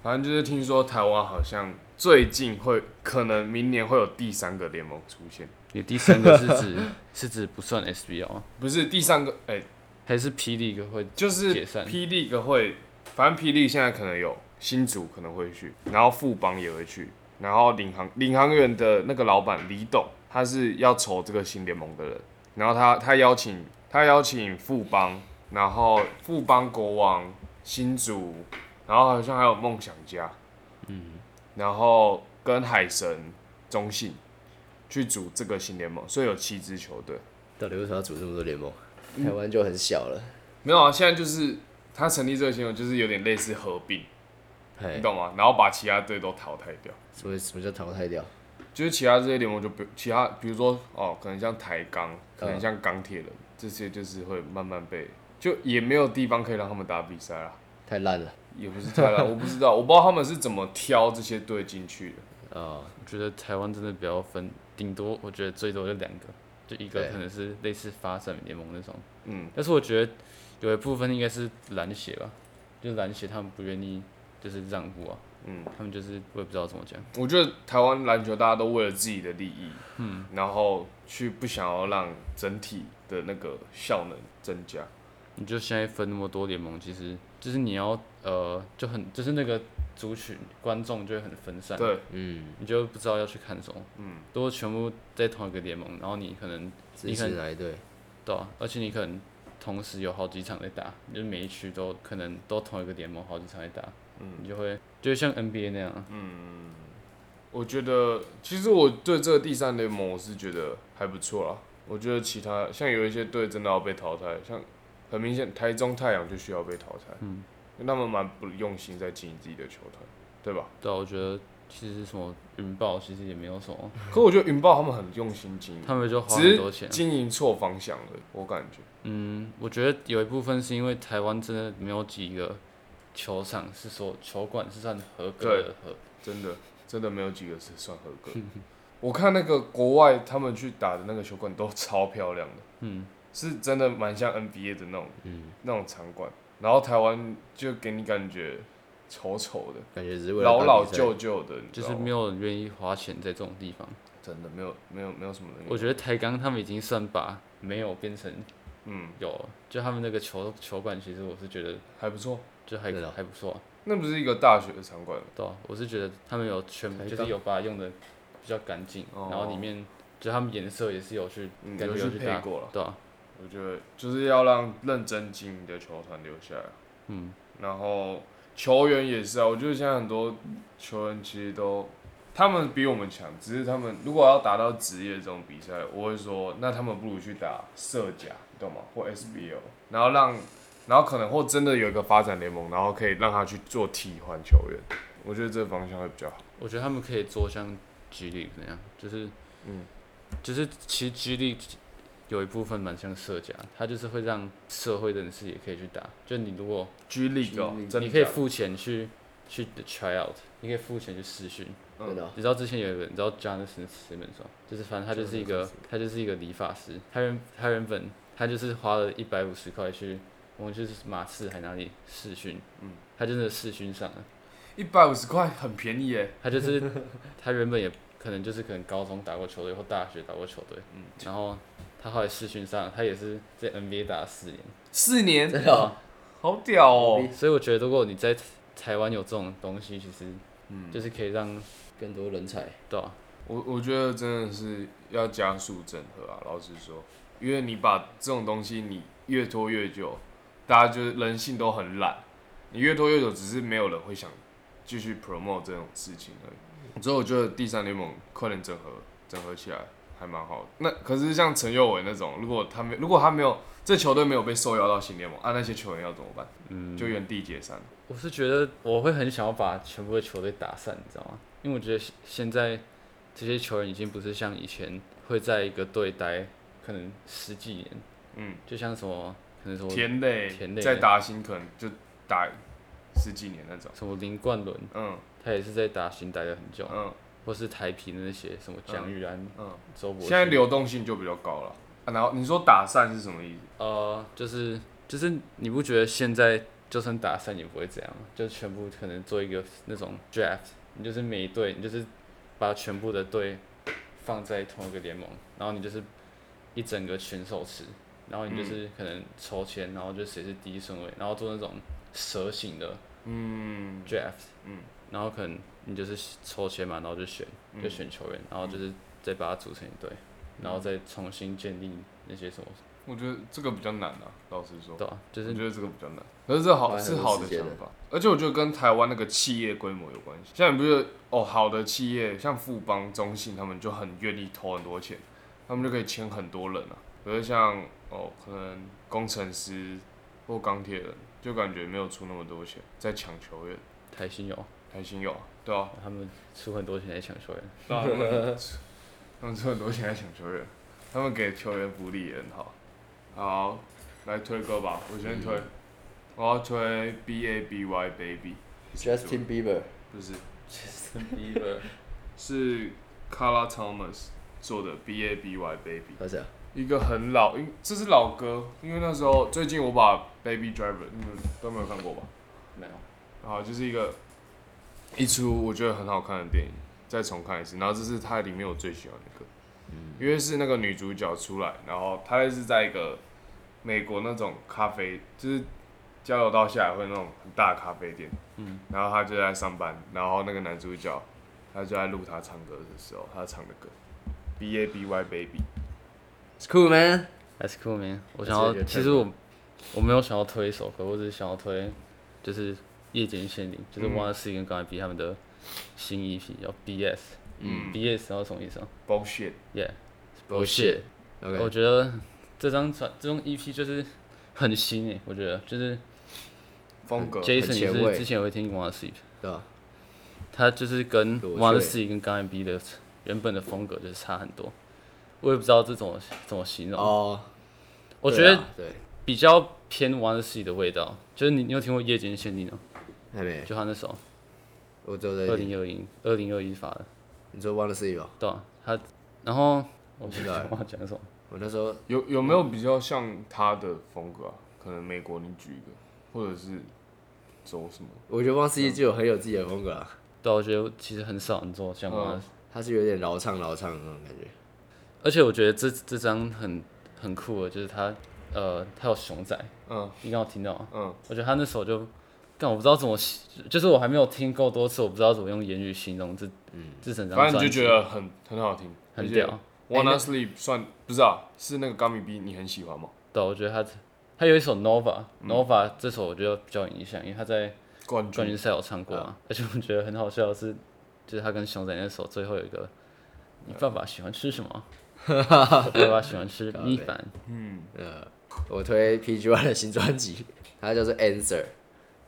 Speaker 2: 反正就是听说台湾好像最近会可能明年会有第三个联盟出现，
Speaker 3: 你第三个是指 是指不算 SBL 吗
Speaker 2: 不是第三个，哎、
Speaker 3: 还是霹雳哥会
Speaker 2: 就是
Speaker 3: 解散
Speaker 2: P League 会，反正 P League 现在可能有新组可能会去，然后副帮也会去，然后领航领航员的那个老板李董，他是要筹这个新联盟的人，然后他他邀请他邀请富邦，然后富邦国王、新竹，然后好像还有梦想家，嗯，然后跟海神、中信去组这个新联盟，所以有七支球队。
Speaker 1: 到底为什么要组这么多联盟？
Speaker 2: 嗯
Speaker 1: 台湾就很小了，
Speaker 2: 没有啊，现在就是他成立这个新闻，就是有点类似合并，
Speaker 1: 哎
Speaker 2: 你，懂吗？然后把其他队都淘汰掉，
Speaker 1: 什么什么叫淘汰掉？
Speaker 2: 就是其他这些联盟就不，其他比如说哦，可能像台
Speaker 1: 嗯
Speaker 2: 钢，可能像钢铁人、这些，就是会慢慢被，就也没有地方可以让他们打比赛啦。
Speaker 1: 太烂了
Speaker 2: 也不是太 烂，我不知道，我不知道他们是怎么挑这些队进去的。
Speaker 1: 啊！
Speaker 3: 我觉得台湾真的不要分顶多我觉得最多就两个，就一个
Speaker 1: 对
Speaker 3: 可能是类似发展联盟那种，
Speaker 2: 嗯，
Speaker 3: 但是我觉得有一部分应该是蓝血吧，就蓝血他们不愿意就是让步啊，
Speaker 2: 嗯，
Speaker 3: 他们就是我也不知道怎么讲，
Speaker 2: 我觉得台湾篮球大家都为了自己的利益，嗯，然后去不想要让整体的那个效能增加，
Speaker 3: 你就现在分那么多联盟，其实就是你要呃就很就是那个族群观众就会很分散，
Speaker 2: 对，
Speaker 1: 嗯，
Speaker 3: 你就不知道要去看什么，
Speaker 2: 嗯，
Speaker 3: 如果全部在同一个联盟，然后你可能
Speaker 1: 支持哪一队？
Speaker 3: 对啊、而且你可能同时有好几场在打，就是每一区都可能都同一个联盟好几场在打，嗯，你就会就会像 NBA 那样啊，
Speaker 2: 我觉得其实我对这个第三联盟我是觉得还不错啦，我觉得其他像有一些队真的要被淘汰，像很明显台中太阳就需要被淘汰，
Speaker 3: 嗯，
Speaker 2: 因为他们蛮不用心在经营自己的球团，对吧？
Speaker 3: 对啊、我觉得其实什么云豹其实也没有什么，
Speaker 2: 可我觉得云豹他们很用心经营，
Speaker 3: 他们就花
Speaker 2: 嗯只
Speaker 3: 很多钱
Speaker 2: 是
Speaker 3: 啊、
Speaker 2: 经营错方向了，我感觉。
Speaker 3: 嗯，我觉得有一部分是因为台湾真的没有几个球场是说球馆是算合格的合，
Speaker 2: 真的真的没有几个是算合格。 我看那个国外他们去打的那个球馆都超漂亮的，
Speaker 3: 嗯，
Speaker 2: 是真的蛮像 NBA 的那种
Speaker 1: 嗯，
Speaker 2: 那种场馆。然后台湾就给你感觉丑丑的，
Speaker 1: 感觉只是为了
Speaker 2: 老
Speaker 1: 办
Speaker 2: 老
Speaker 1: 比赛
Speaker 2: 旧旧的，你知
Speaker 3: 就
Speaker 2: 道
Speaker 3: 是
Speaker 2: 吗
Speaker 3: 没有人愿意花钱在这种地方。
Speaker 2: 真的没有没有没有什么人。
Speaker 3: 我觉得台钢他们已经算把没有变成
Speaker 2: 嗯
Speaker 3: 有了，就他们那个球球馆，其实我是觉得
Speaker 2: 还不错，
Speaker 3: 就还
Speaker 1: 对啊
Speaker 3: 还不错啊、
Speaker 2: 那不是一个大学的场馆吗，
Speaker 3: 对啊、我是觉得他们有全
Speaker 1: 才
Speaker 3: 就是
Speaker 1: 刚
Speaker 3: 有把它用的比较干净，
Speaker 2: 哦
Speaker 3: 然后里面就他们颜色也是有去
Speaker 2: 嗯，
Speaker 3: 感
Speaker 2: 有
Speaker 3: 觉
Speaker 2: 去
Speaker 3: 去
Speaker 2: 配
Speaker 3: 搭，
Speaker 2: 过了。
Speaker 3: 对啊，
Speaker 2: 我觉得就是要让认真经营的球团留下来。
Speaker 3: 嗯，
Speaker 2: 然后球员也是啊，我觉得现在很多球员其实都，他们比我们强，只是他们如果要达到职业这种比赛，我会说，那他们不如去打社甲，你懂吗？或 SBL，然后让，然后可能或真的有一个发展联盟，然后可以让他去做替换球员，我觉得这方向会比较好。
Speaker 3: 我觉得他们可以做像 G League 那样，就是
Speaker 2: 嗯，
Speaker 3: 就是其实 G League 有一部分蛮像社甲，它就是会让社会人士也可以去打，就你如果
Speaker 2: G League，哦
Speaker 1: G League
Speaker 2: 真的
Speaker 3: 你可以
Speaker 2: 假的
Speaker 3: 付钱去去 try out，你可以付钱去试训，
Speaker 1: 真的哦，
Speaker 3: 你知道之前有一个，你知道 Jonathan Simmons 吗？就是反正他就是一个
Speaker 1: Jonathan Simmons，
Speaker 3: 他就是一个理发师，他原他原本他就是花了一百五十块去，我们就是马刺还哪里试训，
Speaker 2: 嗯，
Speaker 3: 他真的试训上了，
Speaker 2: 一百五十块很便宜耶，
Speaker 3: 他就是 他原本也可能就是可能高中打过球队或大学打过球队，
Speaker 2: 嗯，
Speaker 3: 然后他后来试训上了，他也是在 NBA 打了四年，
Speaker 2: 四年，
Speaker 1: 真的哦，
Speaker 2: 好屌哦！
Speaker 3: 所以我觉得如果你在台湾有这种东西，其实
Speaker 2: 嗯
Speaker 3: 就是可以让
Speaker 1: 更多人才，
Speaker 3: 对啊
Speaker 2: 我我觉得真的是要加速整合啊，老实说，因为你把这种东西你越拖越久，大家就是人性都很懒，你越拖越久，只是没有人会想继续 promote 这种事情而已。所以我觉得第三联盟快点整合整合起来还蛮好的。那可是像陈佑伟那种，如果他没如果他没有这球队没有被受邀到新联盟，啊那些球员要怎么办？
Speaker 3: 嗯
Speaker 2: 就原地解散。
Speaker 3: 我是觉得我会很想要把全部的球队打散，你知道吗？因为我觉得现现在这些球员已经不是像以前会在一个队待可能十几年，
Speaker 2: 嗯，
Speaker 3: 就像什么可能什么
Speaker 2: 田磊
Speaker 3: 田磊
Speaker 2: 在达新可能就打十几年那种。
Speaker 3: 什么林冠伦，
Speaker 2: 嗯
Speaker 3: 他也是在打新待了很久，
Speaker 2: 嗯。
Speaker 3: 或是台皮的那些什么蒋玉安、
Speaker 2: 嗯，
Speaker 3: 周伯
Speaker 2: 现在
Speaker 3: 勋
Speaker 2: 流动性就比较高了、啊然后你说打散是什么意思？
Speaker 3: 呃，就是就是你不觉得现在就算打散也不会这样吗，就全部可能做一个那种 draft，你就是每一队你就是把全部的队放在同一个联盟，然后你就是一整个选手池，然后你
Speaker 2: 嗯
Speaker 3: 就是可能抽签，然后就谁是第一顺位，然后做那种蛇形的
Speaker 2: 嗯
Speaker 3: draft，
Speaker 2: 嗯，
Speaker 3: 然后可能你就是抽签嘛，然后就选就选球员，然后就是再把它组成一队，然后再重新建立那些什么，
Speaker 2: 我觉得这个比较难啊，老实说，
Speaker 3: 对啊，就是
Speaker 2: 我觉得这个比较难。可是这好
Speaker 1: 花很
Speaker 2: 是
Speaker 1: 多
Speaker 2: 好的
Speaker 1: 时间
Speaker 2: 想
Speaker 1: 的
Speaker 2: 法，而且我觉得跟台湾那个企业规模有关系。现在你不是哦，好的企业像富邦、中信，他们就很愿意投很多钱，他们就可以签很多人啊。可是像哦，可能工程师或钢铁人，就感觉没有出那么多钱在抢球员。
Speaker 3: 台新有。
Speaker 2: 台新有啊，对啊，
Speaker 3: 他们出很多钱来抢球员，
Speaker 2: 对啊他们他们出很多钱来抢球员，他们给球员福利也很好。好，来推歌吧，我先推，我要推 B A B Y Baby。
Speaker 1: Justin Bieber，
Speaker 2: 不是，
Speaker 3: b i e b e r
Speaker 2: 是 Carla Thomas 做的 B A B Y Baby，
Speaker 1: 那谁啊？
Speaker 2: 一个很老，因这是老歌，因为那时候最近我把 Baby Driver 你们都没有看过吧？
Speaker 3: 没有，
Speaker 2: 然后就是一个一出我觉得很好看的电影，再重看一次。然后这是它里面我最喜欢的歌，
Speaker 3: 嗯
Speaker 2: 因为是那个女主角出来，然后她是在一个美国那种咖啡，就是交流道下来会那种很大的咖啡店，
Speaker 3: 嗯，
Speaker 2: 然后她就在上班，然后那个男主角他就在录他唱歌的时候，他唱的歌 B A B Y Baby，
Speaker 1: It's cool man，
Speaker 3: That's cool man。我
Speaker 1: 这
Speaker 3: 想要
Speaker 1: 个，
Speaker 3: 其实我我没有想要推一首歌，我只是想要推，就是夜间限定，就是
Speaker 2: 嗯
Speaker 3: One C 跟刚才 B 他们的新 EP 叫 BS，
Speaker 2: 嗯
Speaker 3: b s 然后什么意思啊
Speaker 2: ，bullshit，
Speaker 1: Oh
Speaker 3: ？Yeah，bullshit。我
Speaker 1: OK，
Speaker 3: 觉得这张专这张 EP 就是很新诶，我觉得就是
Speaker 2: 风格，
Speaker 3: 呃 Jason 也
Speaker 1: 哦前
Speaker 3: 是
Speaker 1: 卫
Speaker 3: 之前有听 One C，
Speaker 1: 对啊吧？
Speaker 3: 他就是跟
Speaker 1: 裸睡
Speaker 3: One C 跟刚才 B 的原本的风格就是差很多，我也不知道这怎么怎么形容。
Speaker 1: 哦，
Speaker 3: 我觉
Speaker 1: 对啊
Speaker 3: 得
Speaker 1: 对，
Speaker 3: 比较偏 One C 的味道，就是你你有听过夜间限定吗？
Speaker 1: 还没，
Speaker 3: 就他那首
Speaker 1: 我只有在
Speaker 3: 二零二零二零二一发的，
Speaker 1: 你说 One C 吧，
Speaker 3: 对啊，他然后我
Speaker 1: 知
Speaker 3: 就
Speaker 1: 道欸
Speaker 3: 忘了讲什么，
Speaker 1: 我那时候
Speaker 2: 有有没有比较像他的风格啊？可能美国你举一个，或者是走什么？
Speaker 1: 我觉得 One C 就有很有自己的风格啊，
Speaker 3: 对啊、我觉得其实很少人做像 One，、
Speaker 2: 嗯
Speaker 1: 他是有点饶唱饶唱的那种感觉，
Speaker 3: 而且我觉得这这张很很酷的，就是他呃他有熊仔，
Speaker 2: 嗯
Speaker 3: 你刚好听到吗？
Speaker 2: 嗯，
Speaker 3: 我觉得他那首就，但我不知道怎么形，就是我还没有听够多次，我不知道怎么用言语形容这这整张
Speaker 2: 嗯反
Speaker 3: 专
Speaker 2: 正你
Speaker 3: 辑，
Speaker 2: 就觉得很很好听，
Speaker 3: 很屌。哎
Speaker 2: 而且 Wanna Sleep 算不知道是那个 Gummy B 你很喜欢吗？
Speaker 3: 对，我觉得他他有一首 Nova、Nova
Speaker 2: 嗯
Speaker 3: 这首我觉得比较有影响，因为他在
Speaker 2: 冠
Speaker 3: 冠
Speaker 2: 军
Speaker 3: 军赛有唱过
Speaker 2: 嗯
Speaker 3: 啊，而且我觉得很好笑的是，就是他跟熊仔那首最后有一个，你爸爸喜欢吃 什么？我爸爸喜欢吃米饭，
Speaker 1: 呃，我推 PG One 的新专辑， 它叫做 Answer，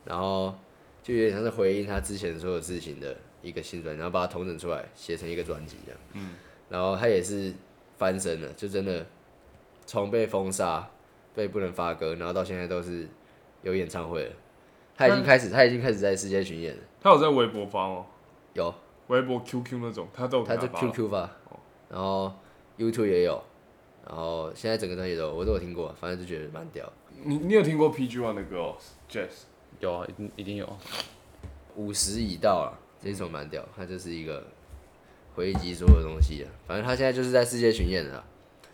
Speaker 1: 然后就有点像是回应他之前所有事情的一个新专辑，然后把它统整出来写成一个专辑这样。嗯，然后他也是翻身了，就真的从被封杀、被不能发歌，然后到现在都是有演唱会了。他已经开始，他已经开始在世界巡演了。
Speaker 2: 他有在微博发吗？
Speaker 1: 有，
Speaker 2: 微博 QQ 那种，他都有给
Speaker 1: 他就
Speaker 2: 发了。
Speaker 1: QQ 发，然后 YouTube 也有，然后现在整个专辑都有我都有听过，反正就觉得蛮屌的。
Speaker 2: 你你有听过 PG One 的歌哦，Jazz？
Speaker 3: 有啊，一定一定有啊。
Speaker 1: 五十已到了，这一首蛮屌，它就是一个回忆集所有东西啊。反正他现在就是在世界巡演了啊，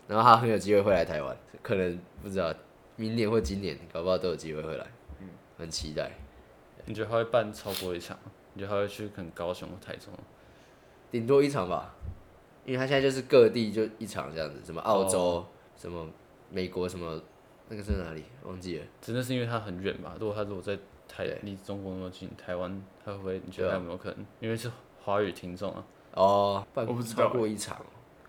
Speaker 1: 然后他很有机会会来台湾，可能不知道明年或今年，搞不好都有机会会来，很期待。
Speaker 3: 你觉得他会办超过一场吗？你觉得他会去可能高雄或台中吗？
Speaker 1: 顶多一场吧，因为他现在就是各地就一场这样子，什么澳洲，
Speaker 2: 哦
Speaker 1: 什么美国，什么那个是哪里忘记了，
Speaker 3: 真的是因为它很远吧？如果它如果在台
Speaker 1: 对
Speaker 3: 离中国那么近，台湾它会不会？你觉得
Speaker 1: 对啊
Speaker 3: 它有没有可能？因为是华语听众啊，
Speaker 1: 哦，办
Speaker 2: 我不知道
Speaker 1: 超过一场，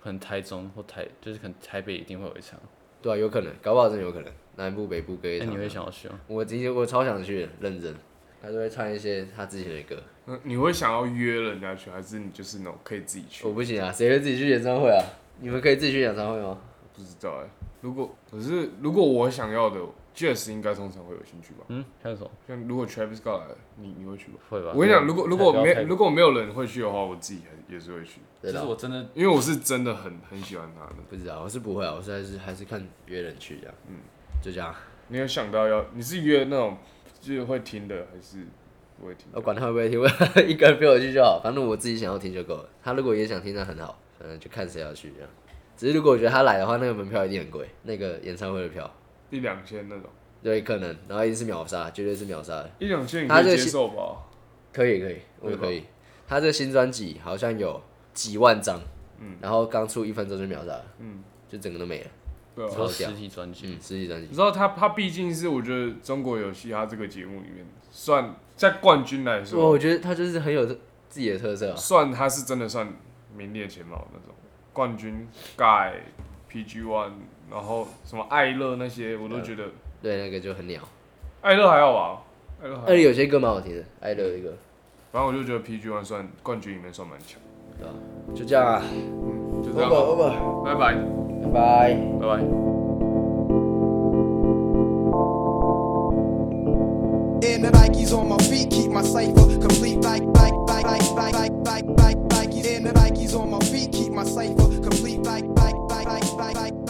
Speaker 3: 可能台中或台就是可能台北一定会有一场。
Speaker 1: 对啊，有可能，搞不好真的有可能，南部北部各一
Speaker 2: 哎
Speaker 3: 那
Speaker 1: 场
Speaker 3: 你。会想要去吗？
Speaker 1: 我今天我超想去的，认真，他就会唱一些他之前的歌。
Speaker 2: 嗯，你会想要约人家去，还是你就是那种可以自己去？
Speaker 3: 哦
Speaker 1: 我不行啊，谁会自己去演唱会啊？你们可以自己去演唱会吗？
Speaker 2: 不知道哎。如果可是如果我想要的，Jazz 应该通常会有兴趣吧？
Speaker 3: 嗯，还有什么？
Speaker 2: 像如果 Travis Scott 来了，你你会去吗？
Speaker 3: 会吧。
Speaker 2: 我跟你讲，如果如果
Speaker 3: 太高
Speaker 2: 没
Speaker 3: 太
Speaker 2: 如果没有人会去的话，我自己还也是会去，
Speaker 3: 其
Speaker 1: 对
Speaker 3: 实
Speaker 1: 啦，
Speaker 3: 我真的
Speaker 2: 因为我是真的很很喜欢他的。
Speaker 1: 不知道，我是不会啊，我是还是还是看约人去这样，嗯，就这样。
Speaker 2: 你有想到要你是约那种就是会听的，还是不会听
Speaker 1: 我
Speaker 2: 的？
Speaker 1: 哦管他会不会听，我 一个人陪我去就好，反正我自己想要听就够了。他如果也想听，那很好，反正就看谁要去这样。只是如果我觉得他来的话，那个门票一定很贵，那个演唱会的票，
Speaker 2: 一两千那种，
Speaker 1: 对，可能，然后一定是秒杀，绝对是秒杀的。
Speaker 2: 一两千你
Speaker 1: 他
Speaker 2: 可
Speaker 1: 这
Speaker 2: 以
Speaker 1: 个
Speaker 2: 接
Speaker 1: 是
Speaker 2: 受吧？
Speaker 1: 可以可以，
Speaker 2: 对
Speaker 1: 我
Speaker 2: 吧
Speaker 1: 可以。他这个新专辑好像有几万张，嗯，然后刚出一分钟就秒杀了，嗯，就整个都没了，
Speaker 2: 对啊
Speaker 3: 你
Speaker 1: 超。
Speaker 3: 说
Speaker 1: 屌
Speaker 3: 实体专辑，
Speaker 1: 嗯，实体专辑
Speaker 2: 你。知道他他毕竟是我觉得中国有嘻哈这个节目里面算在冠军来
Speaker 1: 哇，
Speaker 2: 说，
Speaker 1: 我觉得他就是很有自己的特色啊。
Speaker 2: 算他是真的算名列前茅那种冠军盖 PG One，然后什么艾乐那些我都觉得
Speaker 1: 对，那个就很鸟。
Speaker 2: 艾乐还好吧，艾乐还好
Speaker 1: 艾。乐有些歌蛮好听的，艾乐有一个，
Speaker 2: 反正我就觉得 PG One 算冠军里面算蛮强，
Speaker 1: 对吧？就这样啊
Speaker 2: 就这样吧，
Speaker 1: ，over
Speaker 2: 拜拜，
Speaker 1: over，拜拜。
Speaker 2: 拜拜。
Speaker 4: And the Nikes on my feet keep my cipher complete. Bike, bike, bike, bike, bike, bike, bike, bike, Nike feet and the Nikes on my feet keep my cipher complete like like like like like like